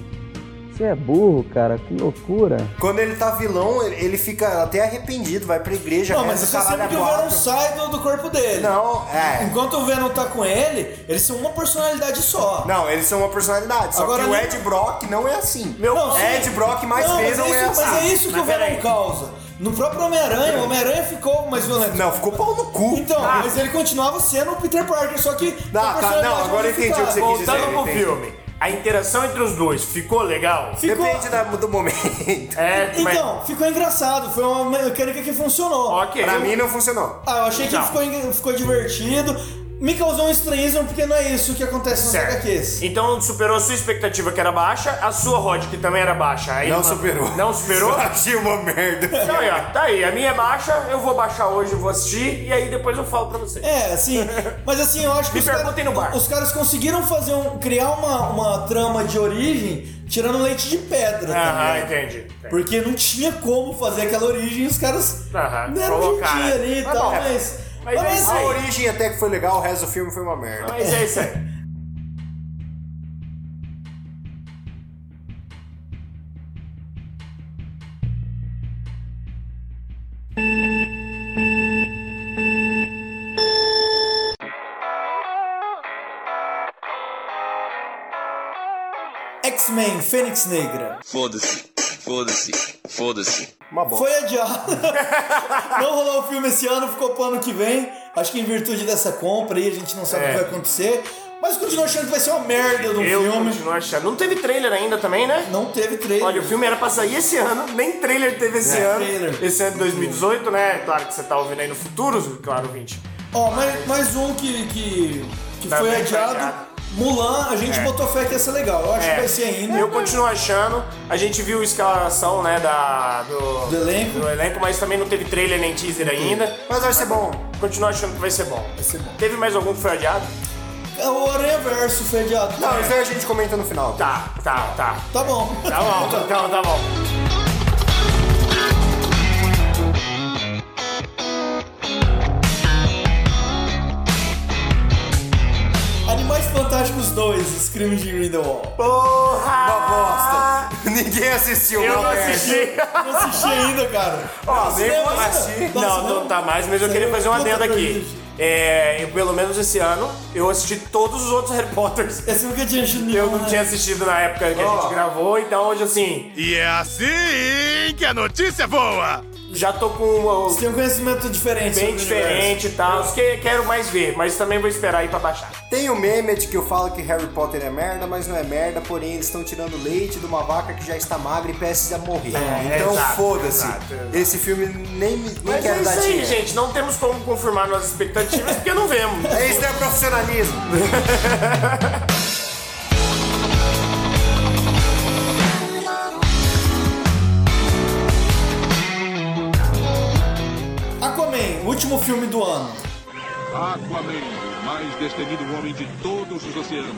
Você é burro, cara. Que loucura. Quando ele tá vilão, ele ele fica até arrependido, vai pra igreja, Não, mas reza o você sabe caralho que o a Venom quatro. sai do, do corpo dele. é Não, é. Enquanto o Venom tá com ele, eles são uma personalidade só. Não, eles são uma personalidade. Só Agora que o ele- Ed Brock não é assim. Meu- Não, sim. Ed Brock mais Não, Venom mas é é isso, assim. Mas é isso que Mas o Venom peraí. causa. No próprio Homem-Aranha, o Homem-Aranha ficou mais violento. Não, ficou pau no cu. Ah, Então, mas ele continuava sendo o Peter Parker, só que. com a tá, personalidade não, agora eu entendi o que você modificada. quis dizer. Voltando pro entendi. filme. A interação entre os dois ficou legal? Ficou- Depende da- do momento. É, mas... Então, ficou engraçado, foi uma mecânica que funcionou. Ok. Pra eu- mim não funcionou. Ah, eu achei que Não. ficou, en- ficou divertido. Me causou um estranhismo porque não é isso que acontece nos Certo. HQs. Então superou a sua expectativa que era baixa, a sua Rod que também era baixa. Aí Não uma- superou. Não superou? Achei uma merda. Então aí, ó, tá aí, a minha é baixa, eu vou baixar hoje, vou assistir e aí depois eu falo pra você. É, assim, mas assim, eu acho que Me os, cara- perguntem no bar. os caras conseguiram fazer um, criar uma, uma trama de origem tirando leite de pedra. tá Aham, ligado? Ah, entendi. entendi. Porque não tinha como fazer aquela origem e os caras Aham, deram um colocaram. jeitinho ali e Mas tal, bom, mas. mas é isso A aí. origem até que foi legal, o resto do filme foi uma merda. Mas é isso aí. X-Men Fênix Negra. Foda-se, foda-se, foda-se. Uma bosta. Foi adiado. não rolou o filme esse ano, ficou pro ano que vem. Acho que em virtude dessa compra aí a gente não sabe o É. que vai acontecer. Mas continuo achando que vai ser uma merda no eu filme. continuo achando. Não teve trailer ainda também, né? Não teve trailer. Olha, o filme era pra sair esse ano, nem trailer teve esse É, ano. trailer. Esse ano de 2018, né? Claro que você tá ouvindo aí no futuro, claro, 20. Ó, mais, mais um que, que, que Tá foi bem adiado. adiado. Mulan, a gente botou fé que ia ser legal. Eu acho É. que vai ser ainda. Eu continuo achando. A gente viu a escalação, né, da, do, Do elenco. do elenco, mas também não teve trailer nem teaser ainda. Mas vai ser bom. Continuo achando que vai ser bom. ser bom. Teve mais algum que foi adiado? O Aranha Verso foi adiado. Não, isso aí a gente comenta no final. Tá, tá, tá. Tá bom. Tá bom, então tá bom. Animais Fantásticos Fantásticos os dois, os crimes de Grindelwald. Porra! Uma bosta. Ninguém assistiu, Ah. Eu não Roberto. assisti. Não assisti ainda, cara. Ó, Tá no nem cinema vou ainda? assistir. Tá no Não, cinema? não tá mais, mas eu Isso queria aí, fazer um puta adendo aqui. coisa. É, eu, pelo menos esse ano, eu assisti todos os outros Harry Potters. Esse nunca tinha assistido nenhum, Eu não né? tinha assistido na época que a gente gravou, então hoje assim, E é assim que a notícia voa! já tô com uma, Você tem um conhecimento diferente. sobre bem o universo. diferente e tal. Os que quero mais ver, mas também vou esperar aí pra baixar. Tem o meme de que eu falo que Harry Potter é merda, mas não é merda, porém eles estão tirando leite de uma vaca que já está magra e precisa morrer. É, então exato, foda-se. exato, exato. Esse filme nem, me, nem Mas é quero dar isso aí, dinheiro. gente. Não temos como confirmar nossas expectativas porque não vemos. É isso, não é profissionalismo. Aquaman, último filme do ano. Aquaman, o mais destemido homem de todos os oceanos.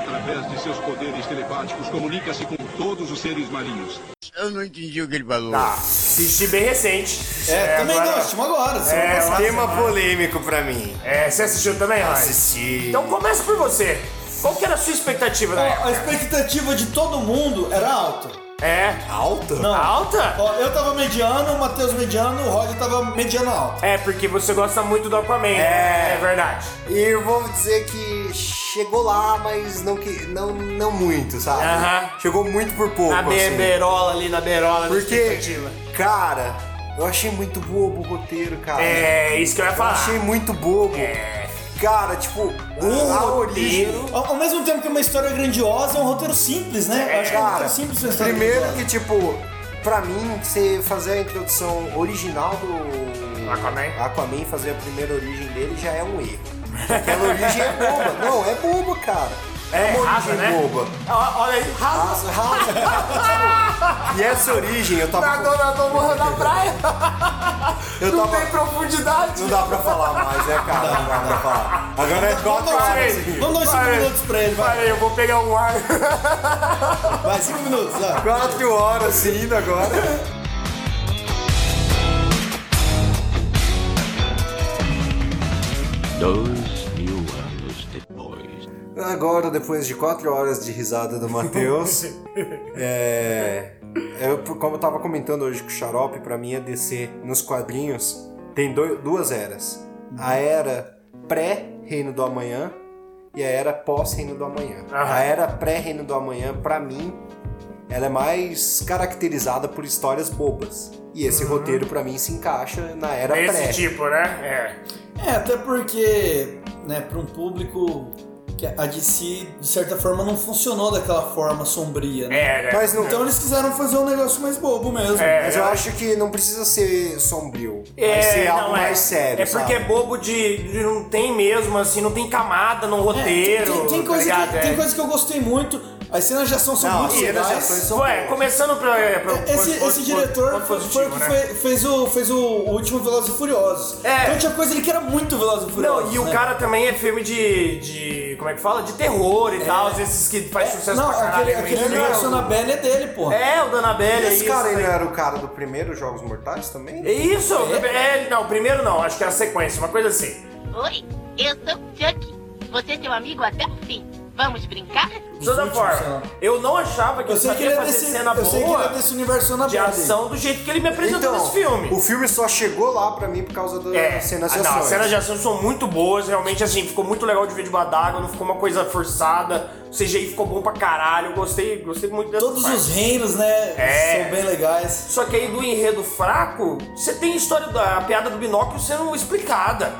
Através de seus poderes telepáticos, comunica-se com todos os seres marinhos. Eu não entendi o que ele falou. Tá, assisti bem recente. É, também agora- não, assistimos agora. semana É, passada. tema polêmico pra mim. É, você assistiu também, Ryan? Assisti. Então começa por você. Qual que era a sua expectativa Ó, da época? a expectativa de todo mundo era alta. É. Alta? Não. Alta? Ó, eu tava mediano, o Matheus mediano, o Roger tava mediano alto. É, porque você gosta muito do Aquaman. né? É verdade. E eu vou dizer que chegou lá, mas não, que, não, não muito, sabe? Aham. Chegou muito por pouco. Na be- assim. berola ali, na berola da Porque, expectativa. cara, eu achei muito bobo o roteiro, cara. É, isso que eu ia Eu falar. achei muito bobo. É. Cara, tipo, O a origem. roteiro. Ao, ao mesmo tempo que é uma história grandiosa, é um roteiro simples, né? Eu acho que é um Cara, roteiro simples uma né? história primeiro grandiosa. que, tipo, pra mim, você fazer a introdução original do Aquaman. Aquaman, fazer a primeira origem dele já é um erro. Aquela origem é boba. Não, é boba, cara. É, uma rasa, origem né? boba. Ó, Olha aí, rasa. Rasa, rasa. Sabe? e essa é origem, eu tava. Nadou, nadou, morreu na praia. Eu não tava- tem profundidade. Não dá pra falar mais, né, cara? Não dá pra falar. Agora é Vamos quatro dar, horas. uns- vamos dar uns 5 Vai. minutos pra ele, vai. Parei, eu vou pegar um ar. Vai, 5 minutos, vai. Quatro horas indo agora. Dois mil anos depois. Agora, depois de quatro horas de risada do Matheus, é, eu, como eu tava comentando hoje com o Xarope, pra mim a DC nos quadrinhos tem doi- duas eras. A era pré-Reino do Amanhã e a era pós-Reino do Amanhã. Aham. A era pré-Reino do Amanhã, pra mim, ela é mais caracterizada por histórias bobas. E esse roteiro, pra mim, se encaixa na era pré. Uhum. Esse tipo, né? É. É, até porque, né, pra um público que a DC, de certa forma, não funcionou daquela forma sombria, né? É, né? Mas não Então eles quiseram fazer um negócio mais bobo mesmo. É. Mas eu acho que não precisa ser sombrio. É, Vai ser não, algo é. mais sério. É porque é sabe? bobo de, de Não tem mesmo, assim, não tem camada no É, roteiro. tem, tem tá coisa ligado? que, É. tem coisa que eu gostei muito. As cenas de ação são Não, muito as cenas de legais. É, ação são- Ué, começando pra. é, pra- pra- Esse, pra- esse pra- diretor pra- foi, foi o positivo, que né? fez, fez o, fez o último Velozes e Furiosos. É. Então tinha coisa ali que era muito Velozes e Furiosos. Não, e o né? cara também é filme de. de como é que fala? De terror e tal, esses que faz sucesso É. Não, pra caralho. aquele, aquele também. negócio na Belle é dele, porra. É, o Danabelli. Esse cara isso, ele aí. não é- era o cara do primeiro Jogos Mortais também? É Isso, é, não, primeiro não, acho que era sequência, uma coisa assim. Oi, eu sou o Chuck. Você é seu amigo até o fim. Vamos brincar? De toda últimos, sei forma, lá. eu não achava que Eu ele sei que sabia ele é fazer desse, cena eu sei que ele é boa desse universo na de Belle. ação é do jeito que ele me apresentou Então, nesse filme. o filme só chegou lá pra mim por causa das É, cenas ah, de não, ação. as cenas de ação são muito boas, realmente, assim, ficou muito legal de ver de badágua, não ficou uma coisa forçada, o CGI ficou bom pra caralho, eu gostei, gostei muito dessa Todos parte. os reinos, né? É. São bem legais. Só que aí do enredo fraco, você tem a história da a piada do binóculo sendo explicada.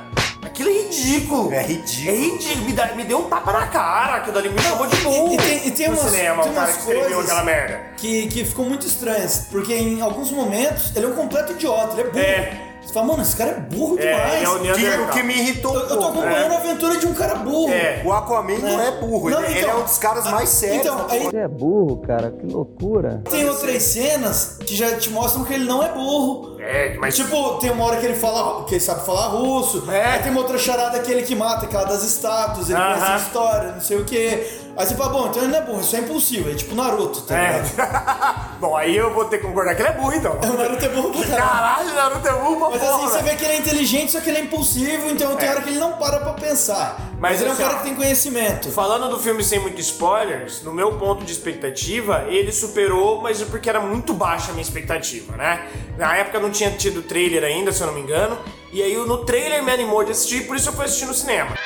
Aquilo é ridículo. É ridículo. É ridículo. Me, dá- me deu um tapa na cara aquilo ali. Me chamou de e- burro. e tem- e tem no umas- cinema, tem o cara umas que escreveu coisas- aquela merda. Que, que ficou muito estranho, porque em alguns momentos ele é um completo idiota, ele é burro. É. Você fala, mano, esse cara é burro É, demais. ele é o eu, Que, Neandertal. o que me irritou eu um tô pouco. acompanhando a aventura de um cara burro. É. O Aquaman não é burro, Não, ele, ele é então, um dos caras mais né? ah, sérios. então, da aí- porra. Você é burro, cara, que loucura. Tem outras cenas que já te mostram que ele não é burro. É, mas Tipo, tem uma hora que ele fala que ele sabe falar russo. É. Aí tem uma outra charada que ele que mata, aquela é das estátuas, ele Aham. conhece a história, não sei o quê. Aí você fala, bom, então ele não é burro, isso é impulsivo, é tipo Naruto, tá É. ligado? Bom, aí eu vou ter que concordar que ele é burro, então. O Naruto é burro pra caralho. Caralho, Naruto é burro pra Mas porra, assim, você velho. vê que ele é inteligente, só que ele é impulsivo, então tem hora que ele não para pra pensar. Mas, Mas ele é um assim, cara ó, que tem conhecimento. Falando do filme sem muitos spoilers, no meu ponto de expectativa, ele superou, mas é porque era muito baixa a minha expectativa, né? Na época não tinha tido trailer ainda, se eu não me engano, e aí no trailer me animou de assistir, por isso eu fui assistir no cinema.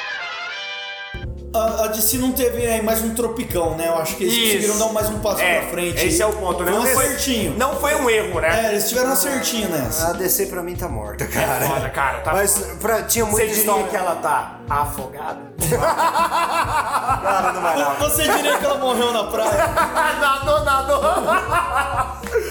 A, a DC não teve aí mais um tropicão, né? Eu acho que eles Isso. conseguiram dar mais um passo É, pra frente. Esse é o ponto, né? Foi um Não foi- acertinho. Não foi um erro, É, né? eles tiveram um acertinho nessa. A DC pra mim tá morta, cara. É foda, cara, tá Mas pra, tinha muito Você diria história. que ela tá afogada? Cara, Ah, não vai dar. Você diria que ela morreu na praia? nadou, nadou.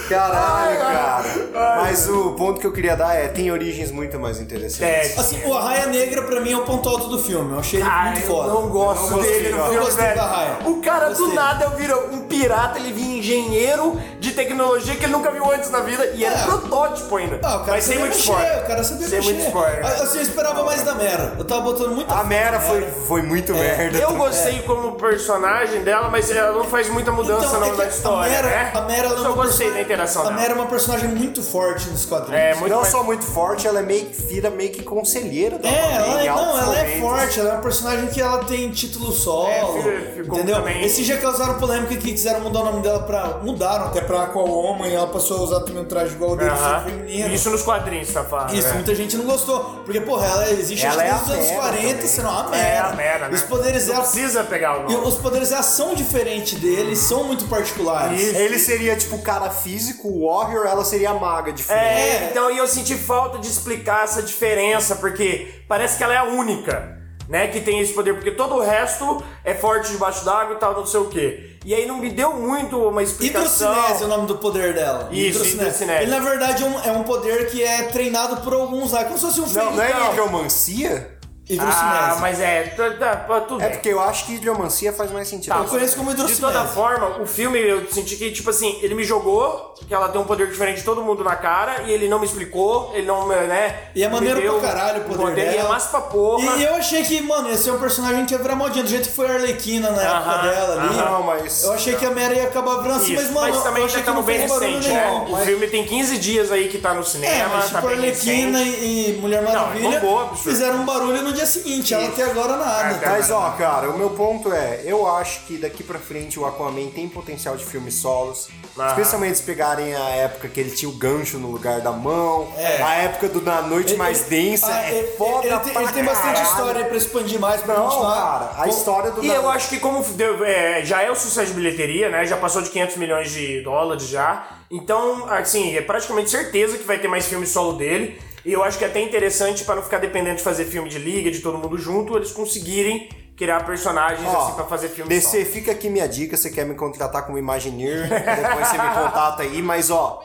Caralho, Ai, cara. ai. Mas o ponto que eu queria dar é, tem origens muito mais interessantes. É, Assim, o Arraia Negra pra mim é o ponto alto do filme. Eu achei ele Ah, muito eu foda. não gosto Eu não dele gostei, no não. filme, Eu gostei velho. da Raya. O cara do Gostei. nada vira um pirata, ele vira engenheiro de tecnologia que ele nunca viu antes na vida e era É. protótipo ainda. Ah, o cara Mas sem sabia muito mexer, spoiler. o cara sabia Sem mexer. muito spoiler. Ah, Assim, eu esperava mais da Mera. Eu tava botando muita A fé Mera na foi, foi muito É. merda. Eu também. gostei como personagem dela, mas ela não faz muita mudança Então, é não que na história, a Mera, né? a Mera, ela é Só uma gostei personagem- da interação A dela. Mera é uma personagem muito forte nos quadrinhos. É, muito não mais... só muito forte, ela é meio que vira meio que conselheira da É, ela, Aquaman em é- não, altos ela é momentos. forte, ela é uma personagem que ela tem título solo, É, fi- ficou entendeu? também- Esses já causaram polêmica que quiseram mudar o nome dela pra... Mudaram até pra Aquawoman e ela passou a usar também um traje igual o dele, Aham. só feminino. Isso nos quadrinhos, tá falando. Isso, né? muita gente não gostou. Porque, porra, ela existe Ela é desde a os anos Mera 40, também. senão então, a Mera. É, a Mera, né? Os poderes Não dela... precisa Uhum. pegar o e nome. os poderes dela são diferentes deles, são muito particulares. Ele seria tipo o cara físico, o Warrior, ela seria a maga de fogo. É, então e eu senti falta de explicar essa diferença, porque parece que ela é a única, né, que tem esse poder, porque todo o resto é forte debaixo d'água e tal, não sei o quê. E aí não me deu muito uma explicação. Hidrocinese é o nome do poder dela. Isso, hidrocinese. Ele, na verdade, é um, é um poder que é treinado por alguns lá, como se fosse um Não, não é feitiço. hidromancia? Hidrocinese. Ah, mas é, tá, tá, tá, tudo É bem. porque eu acho que hidromancia faz mais sentido. Tá, Eu conheço como De hidrocinese. toda forma, o filme eu senti que, tipo assim, ele me jogou, que ela tem um poder diferente de todo mundo na cara, e ele não me explicou, ele não, né? E é me maneiro deu pra caralho o poder E é dela. massa pra porra. E eu achei que, mano, esse é um personagem que ia virar modinha, do jeito que foi a Arlequina na época Aham, dela ali. aham, mas- Eu achei que a Mera ia acabar virando assim, mas, Isso, mano, eu também tá achei que tamo não bem fez barulho recente, nenhum. né? O filme tem 15 dias aí que tá no cinema, É, mas tipo, tá a bem Arlequina recente. e, e Mulher é Maravilha bobo, absurdo. fizeram um barulho no dia seguinte. Ela até agora nada. É, Mas ó, cara, o meu ponto é, eu acho que daqui pra frente o Aquaman tem potencial de filmes solos, Aham. especialmente se pegarem a época que ele tinha o gancho no lugar da mão, É. a época do Na Noite Mais Densa, Ah, é ele- foda Ele, tem- pra ele tem bastante caralho. história pra expandir mais, pra Não, continuar. cara, a história do E Na- eu acho que como deu- é, já é o sucesso de bilheteria, né? Já passou de 500 milhões de dólares já. Então, assim, é praticamente certeza que vai ter mais filme solo dele. E eu acho que é até interessante para não ficar dependente de fazer filme de liga, de todo mundo junto, eles conseguirem criar personagens Ó, assim para fazer filme DC, solo. fica aqui minha dica, você quer me contratar como Imagineer, depois você me contata aí, mas ó,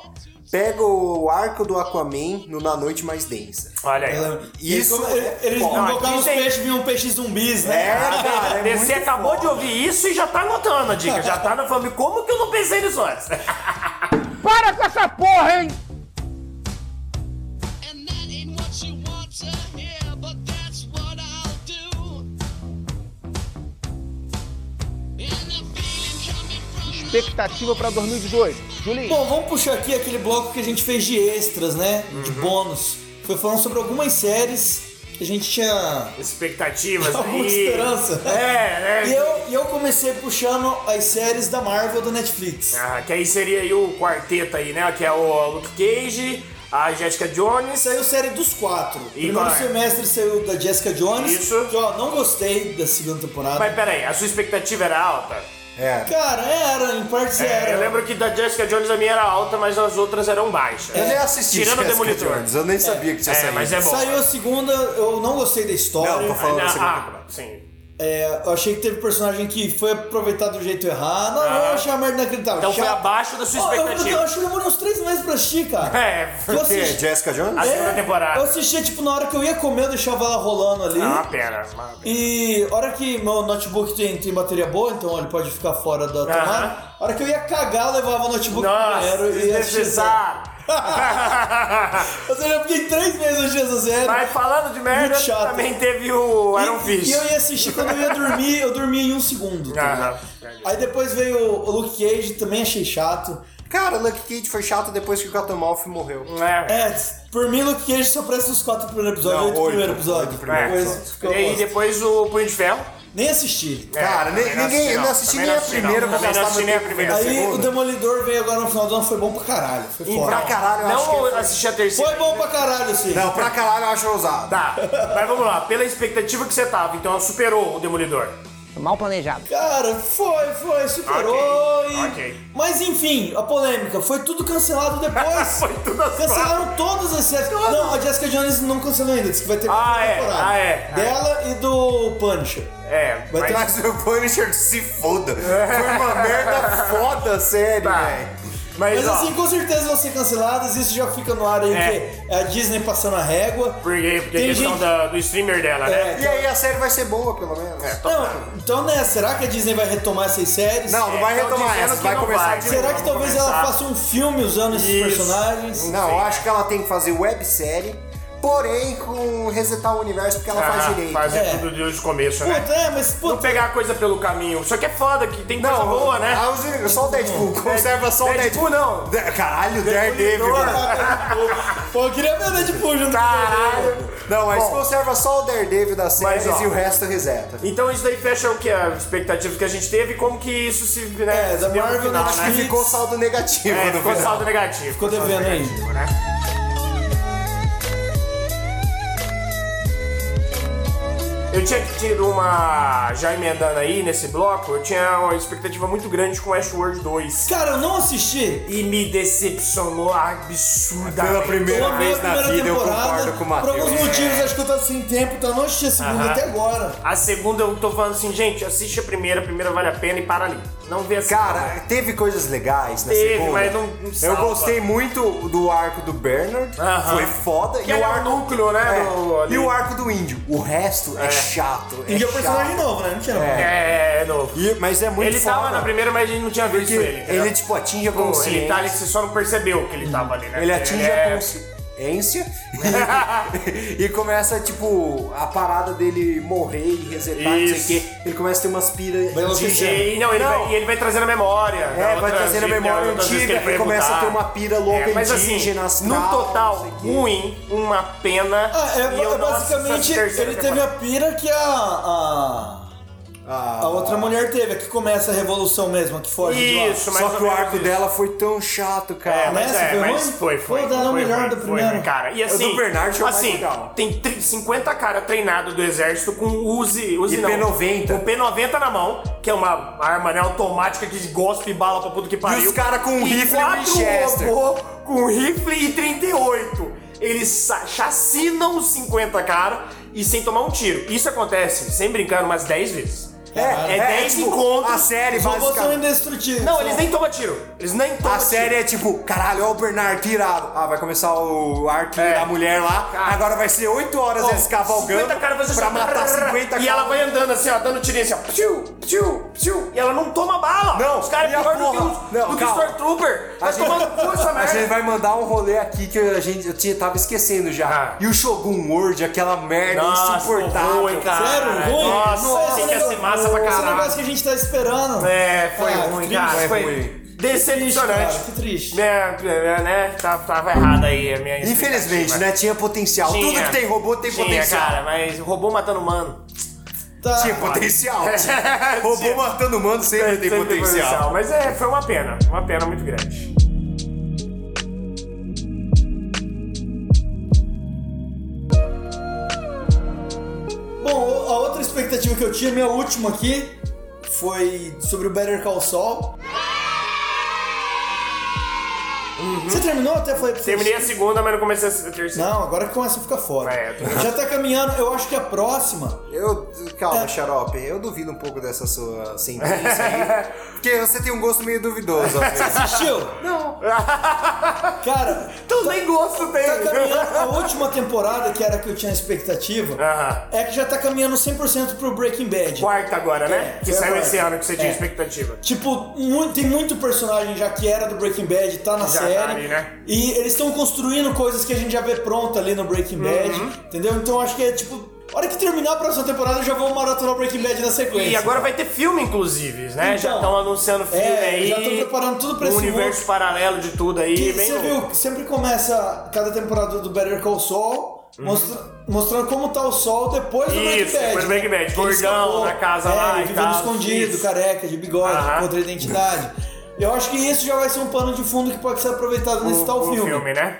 pega o arco do Aquaman no Na Noite Mais Densa. Olha aí. Ela- Isso ele- é Eles foda. invocavam os Isso aí- peixes, vinham peixes zumbis, né? cara, é DC muito acabou foda. de ouvir isso e já tá anotando a dica. Já tá na fome. Como que eu não pensei nisso antes? Para com essa porra, hein? And that ain't what you want to hear, but that's what I'll do. And the feeling coming from Expectativa pra 2018. Julinho. Bom, vamos puxar aqui aquele bloco que a gente fez de extras, né? De bônus. Foi falando sobre algumas séries que a gente tinha Expectativas. alguma e- esperança. É, é. E eu, e eu comecei puxando as séries da Marvel do Netflix. Ah, que aí seria aí o quarteto aí, né? Que é o Luke Cage, a Jessica Jones. Saiu série dos quatro. E Primeiro vai. semestre saiu da Jessica Jones. Isso. Que, ó, não gostei da segunda temporada. Mas peraí, a sua expectativa era alta? É, Cara, era, em partes era. É, eu lembro que da Jessica Jones a minha era alta, mas as outras eram baixas. Eu nem assisti Tirando o Jessica Demolidor. Jones, eu nem sabia que tinha É, saído. mas é bom. Saiu a segunda, eu não gostei da história. Não, tô falando assim. da segunda ah, temporada. sim. É, eu achei que teve personagem que foi aproveitado do jeito errado. Não, eu achei a merda inacreditável. Ah. Então foi Chato. abaixo da sua Ó, eu- Eu, expectativa. acho que eu demorei uns três meses pra assistir, cara. É, Eu O quê? assisti- Jessica Jones? a segunda Eu temporada. assistia, tipo, na hora que eu ia comer, eu deixava ela rolando ali. É um uma pena. uma pena. E a hora que meu notebook tem, tem bateria boa, então ele pode ficar fora da tomada. Aham. A hora que eu ia cagar, eu levava o notebook Nossa, pro banheiro e ia assistir. desnecessário. Ou seja, eu fiquei três meses assistindo essa série. Mas falando de merda, Muito chato. também teve o Iron E- Fist. E eu ia assistir quando eu ia dormir, eu dormia em um segundo. tá Aham. ligado? Aí depois veio o Luke Cage, também achei chato. Cara, Lucky Cage foi chato depois que o Catamalf morreu. É. É, por mim, Luke Cage só aparece nos quatro primeiros episódios, Não, oito oito. primeiros episódios. Oito primeiros Depois episódios. ficou E aí bosta. depois o Punho de Ferro. Nem assisti. Cara, É, nem- também não ninguém- assisti, não assisti Também nem a assisti, primeira, vou Também não gastar assisti meu nem a tempo. primeira. Aí segunda. o Demolidor veio agora no final do ano, foi bom pra caralho. Foi Então, foda. pra caralho, eu não acho que foi. assisti a terceira. Foi bom pra caralho, assim. sim. Não, pra caralho eu acho ousado. Tá, mas vamos lá. Pela expectativa que você tava, então ela superou o Demolidor. Mal planejado. Cara, foi, foi, superou Ok, e... ok. Mas enfim, a polêmica, foi tudo cancelado depois. Foi tudo as Cancelaram todas as séries. Não, a Jessica Jones não cancelou ainda, disse que vai ter Ah, uma é, temporada. ah, é, Dela e do Punisher. É, Vai ter- mas... Mas o Punisher se foda. Foi uma merda foda a série, Tá. velho. Mas, Mas ó, assim, com certeza vão ser canceladas, isso já fica no ar aí, É. que é a Disney passando a régua. porque, porque a Tem questão gente- da- do streamer dela, né? E aí a série vai ser boa, pelo menos. Não, então né, será que a Disney vai retomar essas séries? Não, não vai É, tão retomar dizendo essa, que vai não começar vai. de novo. Será que talvez ela começar. faça um filme usando esses Isso. personagens? Não, sei. eu acho que ela tem que fazer websérie, porém com resetar o universo porque ela Ah, faz direito. Fazer É. tudo desde o começo, né? Puta, é, mas Não puta, pegar a coisa pelo caminho. Só que é foda, que tem coisa Não, boa, né? tipo, ah, os- Só o Deadpool, conserva só o Deadpool, Deadpool. não. De- Caralho, Daredevil. mano. pô, eu queria ver o Deadpool junto com o Daredevil. Caralho. Não, é mas Bom. conserva só o Daredevil das Mas, séries ó. e o resto reseta. Então isso daí fecha o que? A expectativa que a gente teve e como que isso se, né, É, se da deu no Marvel, final, Netflix. né? Ficou saldo negativo né? É, no ficou final. saldo negativo. Ficou saldo devendo aí. negativo, né? Eu tinha tido uma. Já emendando aí nesse bloco, eu tinha uma expectativa muito grande com Westworld 2. Cara, eu não assisti. E me decepcionou absurdamente. Pela primeira Eu amei vez a na primeira vida eu temporada. concordo com o Por alguns Matheus. motivos, acho que eu tô sem tempo, então eu não assisti a segunda Aham. até agora. A segunda eu tô falando assim, gente, assiste a primeira, a primeira vale a pena e para ali. Não vê a segunda. Cara, teve coisas legais na Teve, segunda. mas não- não eu salva. gostei muito do arco do Bernard. Aham. Foi foda. Que é o núcleo, né, é. do- ali. e o arco do índio. O resto é, chato. É E é o chato. personagem novo, né? Não tinha É. é, é um novo. E- mas é muito ele foda. tava na primeira, mas a gente não tinha visto porque ele. ele, entendeu? tipo, atinge a Pô, consciência. Ele tá ali que você só não percebeu que ele tava ali, né? Ele atinge é- a consciência né? e começa, tipo, a parada dele morrer e resetar, não Isso. sei o quê. Ele começa a ter umas piras Vai de enlouquecer. E, não, ele, Vai, e ele vai trazendo a memória. né? É, vai trazendo a memória antiga e começa a ter uma pira louca É, mas assim, indígena, astral, no total, não sei o quê. ruim, uma pena. Ah, é, e eu é não assisto essa basicamente, terceira ele teve a pira que a... a... Ah, a outra mulher teve, a que começa a revolução mesmo, a que foge Isso, de lá. mais Só ou que o menos arco isso. dela foi tão chato, É, cara. mas, Nessa é, foi mas ruim? foi, foi. Pô, dá não foi, melhor ruim, do foi primeiro. ruim, cara. E assim, do Bernard foi o mais assim, legal. tem tri- 50 cara treinado do exército com Uzi, Uzi E não, P90. Com P90 na mão, que é uma arma né, automática que gospe bala pra puto que pariu. E os cara com um E rifle quatro Winchester. robô com rifle e 38. Eles sa- chacinam os 50 cara e sem tomar um tiro. Isso acontece, sem brincar, umas 10 vezes. é 10 tipo, encontros. A série, Os robôs são basicamente. indestrutíveis. Não, eles nem tomam tiro. Eles nem tomam A série tiro. é tipo, caralho, olha o Bernard tirado. Ah, vai começar o arco É. da mulher lá. Cara. Agora vai ser 8 horas eles cavalgando 50 cara fazendo pra assim, matar brrr, 50 caras. E ela vai andando assim, ó, dando tirinha assim, ó. Psiu, psiu, psiu. E ela não toma bala. Não, os caras e é a pior do que porra? os, Não, do que os calma. Stormtrooper. A Vai gente, tomando cu essa a gente merda. vai mandar um rolê aqui que a gente, eu tinha, tava esquecendo já. Ah. E o Shogun World, aquela merda insuportável. ruim, cara. Sério, ruim? Nossa, Nossa, tem que esse ser massa pra Esse é o caralho. negócio que a gente tá esperando. É, foi Ah, ruim, que cara. Tá, triste, Foi ruim. decepcionante. Que triste, É, é, né? Tava, tava errado aí a minha Infelizmente, expectativa. né? Tinha potencial. Tinha. Tudo que tem robô tem Tinha, potencial. cara, mas robô matando humano. Tá. Tipo- Tinha potencial. Tinha. robô matando humano sempre tem Sempre potencial. Mas é, foi uma pena. Uma pena muito grande. Bom, a outra expectativa que eu tinha, minha última aqui, foi sobre o Better Call Saul. Você terminou? Até falei pra você. Uhum. Terminei a segunda, mas não comecei a terceira. Não, agora que começa a ficar fora. É, eu tô- Já tá caminhando, eu acho que a próxima. Eu, calma, xarope, eu duvido um pouco dessa sua sentença aí. porque você tem um gosto meio duvidoso. às vezes. Assistiu? Não. Cara, Então nem gosto tá dele. caminhando. A última temporada, que era a que eu tinha expectativa, Aham. é que já tá caminhando 100% pro Breaking Bad. Quarta agora, né? É, que foi saiu agora. esse ano, que você tinha É. expectativa. Tipo, muito- tem muito personagem já que era do Breaking Bad, tá na Já série. tá ali, né? E eles estão construindo coisas que a gente já vê pronta ali no Breaking Bad, Uhum. entendeu? Então acho que é tipo. A hora que terminar a próxima temporada, eu já vou maratonar o Breaking Bad na sequência. E agora vai ter filme, inclusive, né? já Então. estão anunciando filme É, aí. já estão preparando tudo pra um esse universo outro. paralelo de tudo aí. E bem você louco. viu, que sempre começa cada temporada do Better Call Saul mostra- mostrando como tá o Sol depois do Breaking Uhum. Isso, Bad. depois do Breaking Bad. Ele Gordão escapou. na casa é, lá ele e vivendo tal. escondido, Isso. careca, de bigode, Aham. contra a identidade. Eu acho que isso já vai ser um pano de fundo que pode ser aproveitado nesse O- tal o filme. né?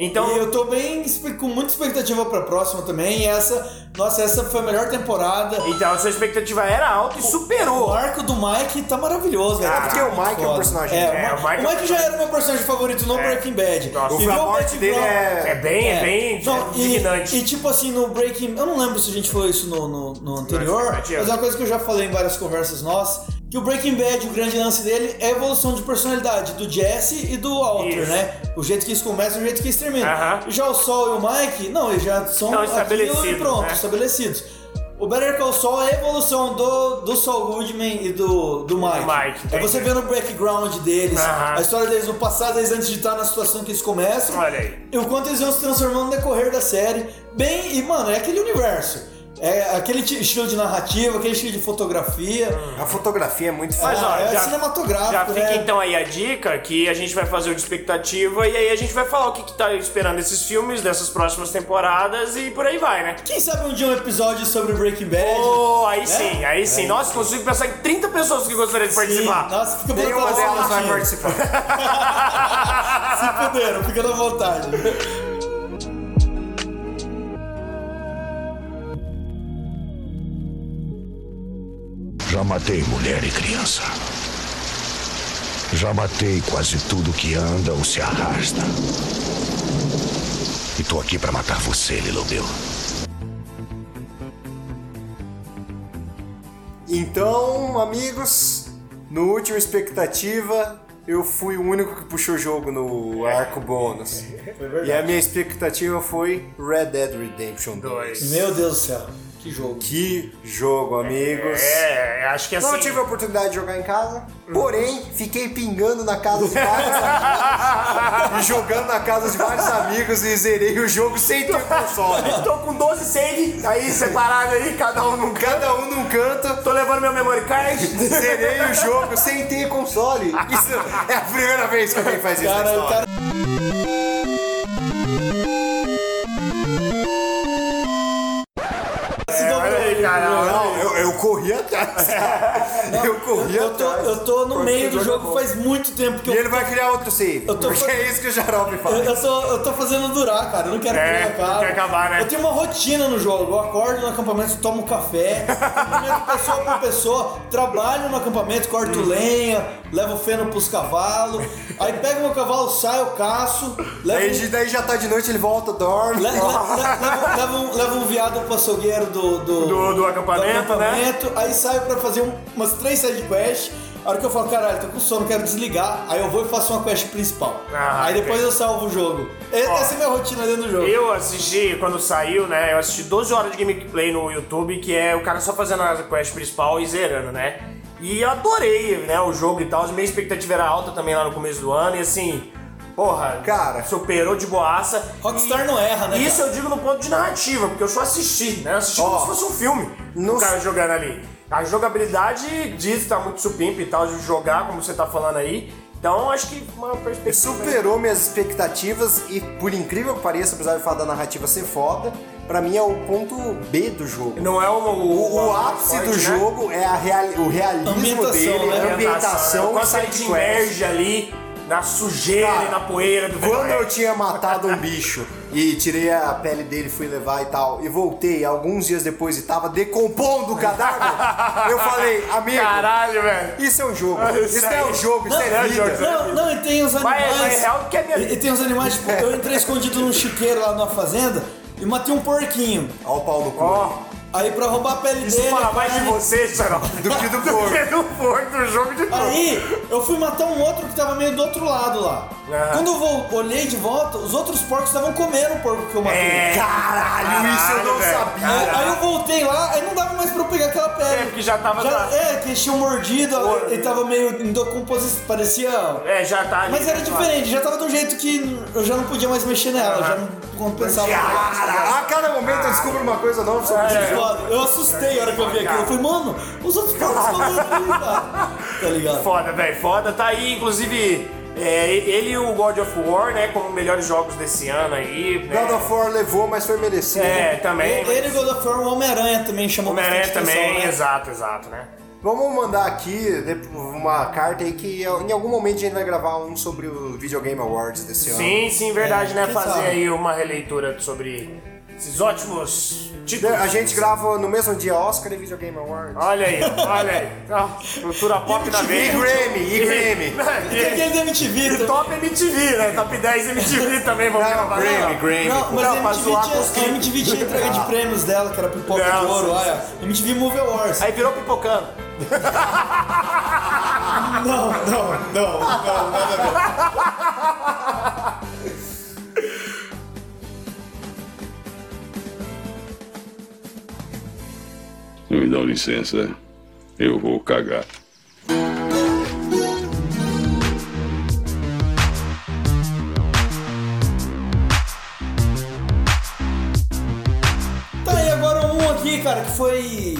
Então, E eu tô bem expe- com muita expectativa pra próxima também. E essa, nossa, essa foi a melhor temporada. então a sua expectativa era alta e O superou. arco do Mike tá maravilhoso, velho. Cara, Tá porque o muito Mike é um foda. personagem. É, É, o, Ma- o Mike o é um É. Mike já era meu personagem favorito no Breaking Bad. Nossa, E a ver o morte Matt dele Brown- é- É bem, é bem Não, e- indignante. E, tipo assim, no Breaking. Eu não lembro se a gente falou isso no, no, no anterior, Mas, mas, adianta. é uma coisa que eu já falei em várias conversas nossas: que o Breaking Bad, o grande lance dele é a evolução de personalidade do Jesse e do Walter, Isso. né? O jeito que isso começa e o jeito que isso termina. Aham. E Já o Sol e o Mike, não, eles já são Estão aquilo e estabelecidos, pronto, né? estabelecidos. O Better Call Saul é a evolução do, do Saul Goodman e do, do Mike. Mike, é você entendi. vendo o background deles, Aham. É. a história deles no passado, eles antes de estar na situação que eles começam. Olha aí. E o quanto eles vão se transformando no decorrer da série. Bem, e mano, é aquele universo. É aquele ti- estilo de narrativa, aquele estilo de fotografia. A fotografia é muito Mas fácil. Ah, olha, é já, cinematográfico, já fica né? então aí a dica que a gente vai fazer o de expectativa e aí a gente vai falar o que, que tá esperando esses filmes dessas próximas temporadas e por aí vai, né? Quem sabe um dia um episódio sobre Breaking Bad. Oh, aí sim, aí sim. Nossa, consigo pensar em 30 pessoas que gostariam de Sim, participar. Nossa, fica Nenhuma botando delas vai latinha. participar. Se puderam, fica na vontade. Já matei mulher e criança. Já matei quase tudo que anda ou se arrasta. E tô aqui pra matar você, Lilobeu. Então, amigos, no último expectativa, eu fui o único que puxou o jogo no arco bônus. É, E a minha expectativa foi Red Dead Redemption 2. Dois. Meu Deus do céu, que jogo. Que jogo, amigos. É, acho que assim. Não tive a oportunidade de jogar em casa, porém, fiquei pingando na casa de vários amigos. e jogando na casa de vários amigos e zerei o jogo sem ter console. Tô com 12 save aí separado aí, cada um num canto. Cada um num canto, Tô levando meu memory card. zerei o jogo sem ter console. Isso é a primeira vez que alguém faz isso. na Cara, o história. cara. Se dobrou. Olha aí, cara. Não, eu, eu corri atrás. cara. eu corri Eu tô, atrás. eu tô no Porque meio o do é jogo bom. faz muito tempo que E eu ele vai criar outro save. Eu tô- Porque é isso que o Jarope Eu, faz. eu tô, eu tô fazendo durar, cara. Eu não quero É, que ele acabe. não quer acabar, né? Eu tenho uma rotina no jogo. Eu acordo no acampamento, tomo um café, cumprimento pessoa por pessoa, trabalho no acampamento, corto lenha, levo feno pros cavalos. Aí pego meu cavalo, saio, caço, Aí, levo. um de- daí já tá de noite, ele volta, dorme. Le, le- le- levo, levo um, levo um viado pro açougueiro do, do, Do- do acampamento, né? Aí saio pra fazer um- umas três side quests. A hora que eu falo, caralho, tô com sono, quero desligar. Aí eu vou e faço uma quest principal. Ah, aí depois entendi. eu salvo o jogo. E- Essa é minha rotina dentro do jogo. Eu assisti, quando saiu, né? Eu assisti 12 horas de gameplay no YouTube, que é o cara só fazendo a quest principal e zerando, né? E eu adorei, né, o jogo e tal. Minha expectativa era alta também lá no começo do ano, e assim, porra, Cara. superou de boaça. Rockstar E- não erra, né, Isso cara? eu digo no ponto de narrativa, porque eu só assisti, né? Eu assisti como Ó, se fosse um filme. no- O cara jogando ali. A jogabilidade diz que tá muito supimpa e tal, de jogar, como você tá falando aí. Então acho que uma perspectiva. Superou minhas expectativas e, por incrível que pareça, apesar do fato da narrativa ser foda, pra mim é o ponto B do jogo. Não é o, O, o o ápice forte, do né? jogo é a reali- o realismo Ambientação, dele, né? a ambientação Quando e você side te quest. imerge ali na sujeira Cara, e na poeira do Quando Velho eu tinha matado um bicho e tirei a pele dele, fui levar e tal, e voltei alguns dias depois e tava decompondo o cadáver, eu falei, amigo, Caralho, velho. isso é um jogo, Ah, isso isso não é aí. um jogo, isso Não, não é é vida. jogo. Não, não, e tem os Vai, animais. vai, é algo que é minha e, vida. e tem os animais, tipo, eu entrei escondido num chiqueiro lá numa fazenda e matei um porquinho. Olha o pau no cu. Ó, Aí pra roubar a pele Isso dele. fala mais de cara, você, Xarol. Do que do porco. Do que do porco, do jogo de porco. Aí eu fui matar um outro que tava meio do outro lado lá. Ah. Quando eu vol- olhei de volta, os outros porcos estavam comendo o porco que eu matei. É, Caralho, isso eu não velho. sabia. Aí, Caralho. aí eu voltei lá, aí não dava mais pra eu pegar aquela pele. É, porque já tava na- É, que eles tinham mordido, Porra. ele tava meio em decomposição, parecia. É, já tá ali. Mas era né, diferente, já tava de um jeito que eu já não podia mais mexer nela, eu já não compensava. Cara, a cada momento eu descubro uma coisa nova sobre Muito esse É. jogo. foda. Eu assustei a hora que eu vi aquilo. Eu falei, mano, os outros caras falando ali, cara. Tá ligado? Foda, velho, foda. Tá aí, inclusive, é, ele e o God of War, né, como melhores jogos desse ano aí. né? God of War levou, mas foi merecido. É, também. Ele e God of War, o Homem-Aranha também chamou Homem-Aranha bastante atenção, também, né? exato, exato, né? Vamos mandar aqui de- uma carta aí que em algum momento a gente vai gravar um sobre o Video Game Awards desse ano. Sim, sim, verdade, É, né? quem Fazer sabe? aí uma releitura sobre esses ótimos títulos. A gente grava no mesmo dia Oscar e Video Game Awards. Olha aí, olha aí. Ó, Cultura pop da E vez. Grammy, e Grammy. Tem Grammy. aquele da MTV E também. top MTV, né? Top 10 MTV também, vamos gravar. né? Grammy, Não. Grammy. Não, mas Não, a MTV, pra zoar com os tinha, a MTV tinha entrega de prêmios dela, que era pipoca de Não, ouro, sim, olha. MTV Movie Awards. Aí virou pipocando. Não, não, não, não, nada a ver. Me dá licença, eu vou cagar. Tá aí agora um aqui, cara, que foi.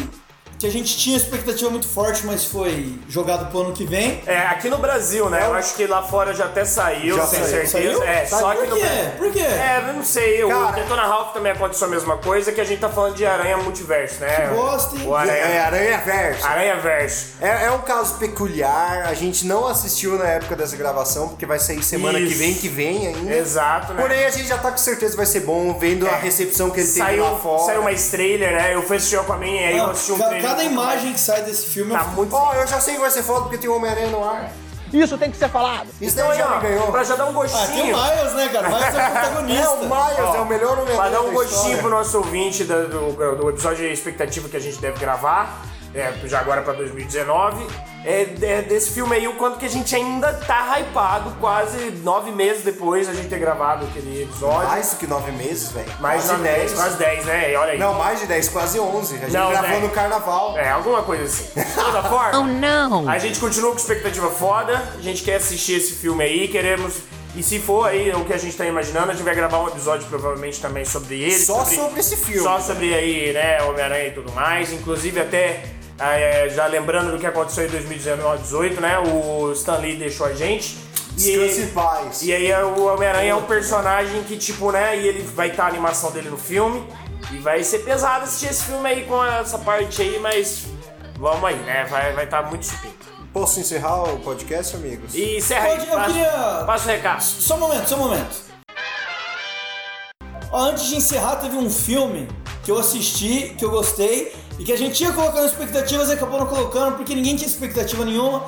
Que a gente tinha expectativa muito forte, mas foi jogado pro ano que vem. É, aqui no Brasil, né? Eu acho que lá fora já até saiu, Já sem saiu. certeza. Saiu? É, Saiu? só que Por no quê? Brasil. Por quê? É, eu não sei. O Cara- Detona Ralph também aconteceu a mesma coisa, que a gente tá falando de Aranha Multiverso, né? Que bosta, hein? O Aranha, É, Aranha Verso. Aranha Verso. É, é um caso peculiar, a gente não assistiu na época dessa gravação, porque vai sair semana que Isso. vem, que vem ainda. Exato, né? É. Porém, a gente já tá com certeza que vai ser bom, vendo a recepção que ele teve saiu, um- lá fora. saiu mais trailer, né? Eu fui assistir o Aquaman e aí eu Não, assisti um ca- trailer. cada imagem que sai desse filme Tá é muito Ó, eu já sei que vai ser foda porque tem o Homem-Aranha no ar. Isso tem que ser falado. Isso Então daí aí, já me ó, ganhou. pra já dar um Ah, tem gostinho. o Miles, né, cara? Miles é o protagonista. É o Miles, é o melhor Homem-Aranha. Pra dar um da gostinho história. pro nosso ouvinte da- do, do episódio de expectativa que a gente deve gravar, é, já agora pra 2019, é, é desse filme aí, o quanto que a gente ainda tá hypado, quase nove meses depois da gente ter gravado aquele episódio. Mais do que nove meses, velho. mais Quase de dez, quase dez, né? E olha aí. Não, mais de 10, quase 11. A gente Não, gravou dez. no carnaval. É, alguma coisa assim. De toda forma, a gente continua com expectativa foda, a gente quer assistir esse filme aí, queremos. E se for aí o que a gente tá imaginando, a gente vai gravar um episódio provavelmente também sobre ele. Só sobre esse filme. Só sobre aí, né, Homem-Aranha e tudo mais. Inclusive até, ah, é, já lembrando do que aconteceu em 2019, 18, né, o Stan Lee deixou a gente. Descanse em paz. E aí o Homem-Aranha é um personagem que, tipo, né, e ele vai estar a animação dele no filme. E vai ser pesado assistir esse filme aí com essa parte aí, mas vamos aí, né? Vai vai estar muito supinto. Posso encerrar o podcast, amigos? E encerra aí, Pode- eu passa, queria- passa o recado. Só um momento, só um momento. Ó, antes de encerrar, teve um filme que eu assisti, que eu gostei, e que a gente ia colocando expectativas e acabou não colocando, porque ninguém tinha expectativa nenhuma,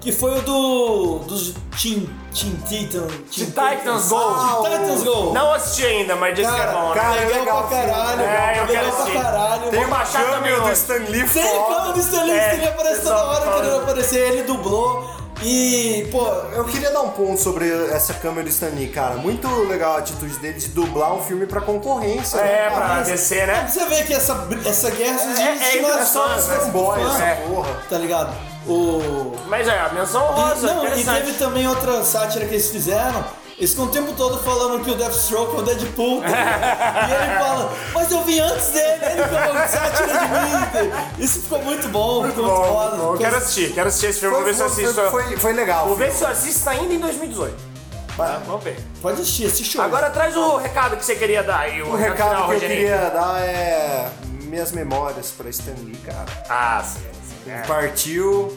que foi o do. dos Teen, Teen Titans. Ah, Teen Titans Go! Teen Titans Go! Não assisti ainda, mas disse que é cara, bom, né? cara, é legal, legal o pra filme. caralho, É, eu quero legal pra assistir. caralho. Tem Vou uma baixar câmera também do hoje. Stan Lee Tem como do Stanley, É, ele aparece toda pessoal hora fala. querendo aparecer, ele dublou e, pô, Eu queria dar um ponto sobre essa câmera do Stan Lee, cara. Muito legal a atitude dele de dublar um filme pra concorrência. É, né, pra cara? descer, né? você vê que essa, essa guerra só é existe na engraçado, só né? nas Fanboys, fãs, É. um porra. tá ligado? O... Mas é, a menção E, rosa, não, e teve interessante. também outra sátira que eles fizeram, eles ficam o tempo todo falando que o Deathstroke é o Deadpool, tá ligado? e ele fala, mas eu vim antes dele, ele falou sátira de mim, isso ficou muito bom, ficou muito foda. Eu quero Ficou- assistir, quero assistir esse filme, vou ver se eu foi, assisto. foi- foi legal. Vou ver se eu assisto ainda em 2018. Tá, vamos ver. Pode assistir, assiste hoje. Agora traz o recado que você queria dar aí. O Um recado final, que eu Rogerinho. queria dar é minhas memórias pra Stan Lee, cara. Ah, sim. sim, Ele é. partiu,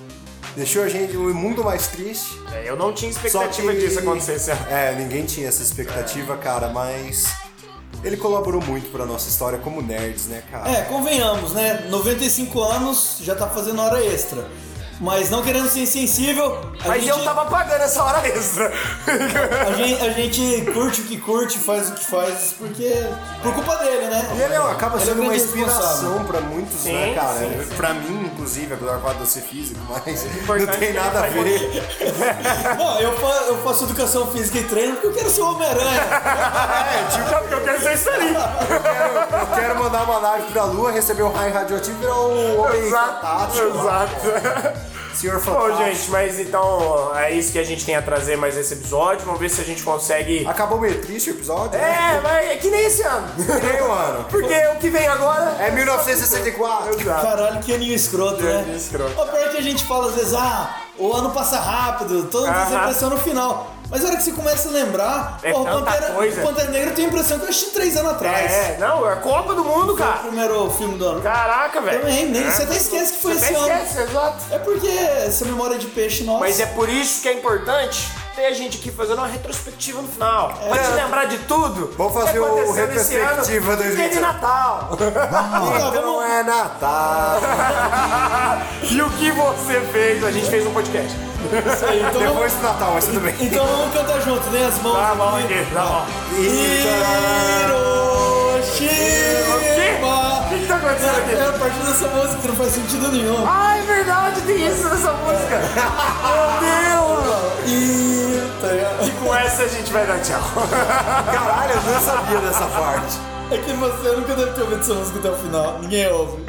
deixou a gente muito mais triste. É, Eu não tinha Só expectativa que- disso acontecer esse ano. É, ninguém tinha essa expectativa, cara, mas ele colaborou muito pra nossa história como nerds, né, cara? É, convenhamos, né? 95 anos já tá fazendo hora extra. Mas não querendo ser insensível. a Mas gente- eu tava pagando essa hora extra. Tipo, A gente, a gente curte o que curte, faz o que faz, porque. Por culpa dele, né? E ele ó, acaba Ele é sendo um uma grande responsável. inspiração pra muitos, Sim, né, cara? sim. É Pra mim, inclusive, apesar do quadro de eu ser físico, mas não importante tem que nada a ele ver. Não, eu, fa- eu faço educação física e treino porque eu quero ser o Homem-Aranha. É, tipo, não, porque eu quero ser isso aí. Eu quero mandar uma nave pra lua, receber um raio radioativo e virar o homem Exato, fantástico. tá. exato. Senhor Bom, fantástico. gente, mas então é isso que a gente tem a trazer mais esse episódio. Vamos ver se a gente consegue. Acabou meio triste o episódio? né? É, mas é que nem esse ano. Que nem o ano. Porque o que vem agora É 1964. Exato. Caralho, que aninho escroto, Que né? aninho escroto. Ó, pior que a gente fala às vezes, ah, o ano passa rápido, todo mundo tem Aham. a impressão no final. Mas a hora que você começa a lembrar, É ó, o tanta Pantera, coisa. o Pantera Negra tem a impressão que eu assisti três anos atrás. É, não, é Copa do Mundo, O cara. primeiro filme do ano. Caraca, velho. Também, nem, você até esquece que foi Ah, Você esse até ano. esquece, exato. É porque essa memória de peixe nossa. Mas é por isso que é importante ter a gente aqui fazendo uma retrospectiva no final. Pra te lembrar de tudo. Vamos fazer que aconteceu o nesse ano, retrospectiva que tem de 2017. Natal. Ah, Então vamos- é Natal. e o que você fez? A gente fez um podcast. isso aí. Então, Depois do Natal, mas tudo bem. vamos, então vamos cantar junto, né? As mãos. Tá bom aqui, tá bom. Hiroshima! O que que tá acontecendo aqui? É, é a partir dessa música, não faz sentido nenhum. Ah, é verdade, tem isso nessa música. Meu Deus. E... tá ligado? E com essa a gente vai dar tchau. Caralho, eu não sabia dessa parte. É que você nunca deve ter ouvido essa música até o final. Ninguém ouve.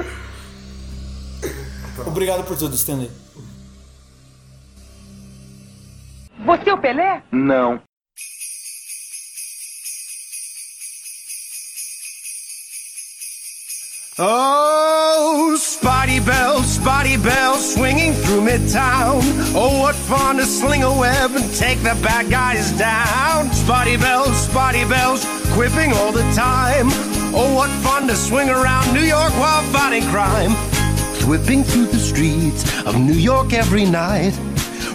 Obrigado por tudo, Stanley. Você é o Pelé? Não. Oh, Spotty Bell, Spotty Bell, swinging through Midtown. Oh, what fun to sling a web and take the bad guys down. Spotty Bells, Spotty Bells, quipping all the time. Oh, what fun to swing around New York while fighting crime. Whipping through the streets of New York every night.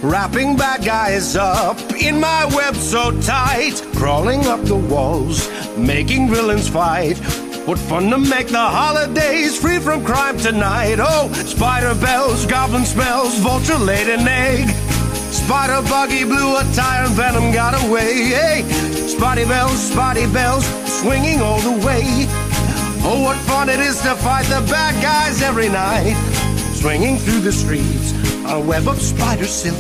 Wrapping bad guys up in my web so tight. Crawling up the walls, making villains fight. What fun to make the holidays free from crime tonight. Oh, spider bells, goblin spells, vulture laid an egg. Spider buggy blew a tire and venom got away. Hey, spotty bells, spotty bells, swinging all the way. Oh, what fun it is to fight the bad guys every night. Swinging through the streets on a web of spider silk.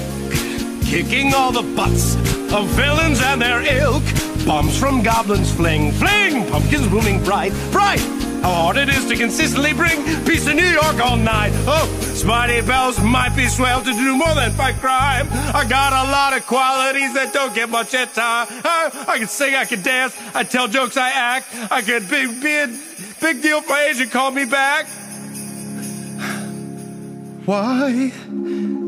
Kicking all the butts of villains and their ilk. Bombs from goblins fling, fling! Pumpkins blooming bright, bright! How hard it is to consistently bring peace to New York all night. Oh, Spidey Bells might be swell to do more than fight crime. I got a lot of qualities that don't get much airtime. Oh, I, I can sing, I can dance, I tell jokes, I act. I can be, be a big deal for Asia, call me back. Why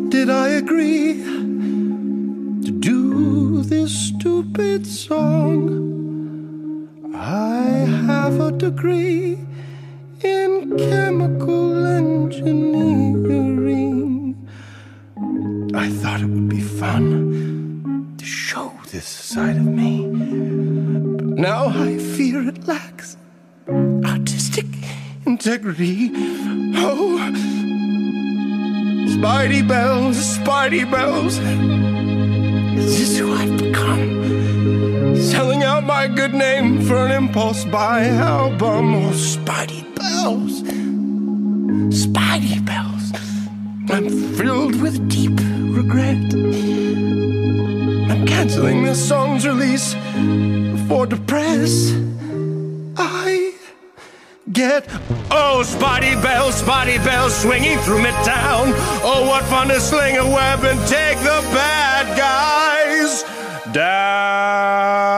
did I agree to do this stupid song? I have a degree in chemical engineering. I thought it would be fun to show this side of me. But now I fear it lacks artistic integrity. Oh, Spidey bells, Spidey bells. Is this who I've become? Selling out my good name for an impulse buy album. Oh, Spidey bells, Spidey bells. I'm filled with deep regret. I'm canceling this song's release for the press. I get. Oh, Spotty Bell, Spotty Bell, swinging through Midtown. Oh, what fun to sling a web and take the bad guys down.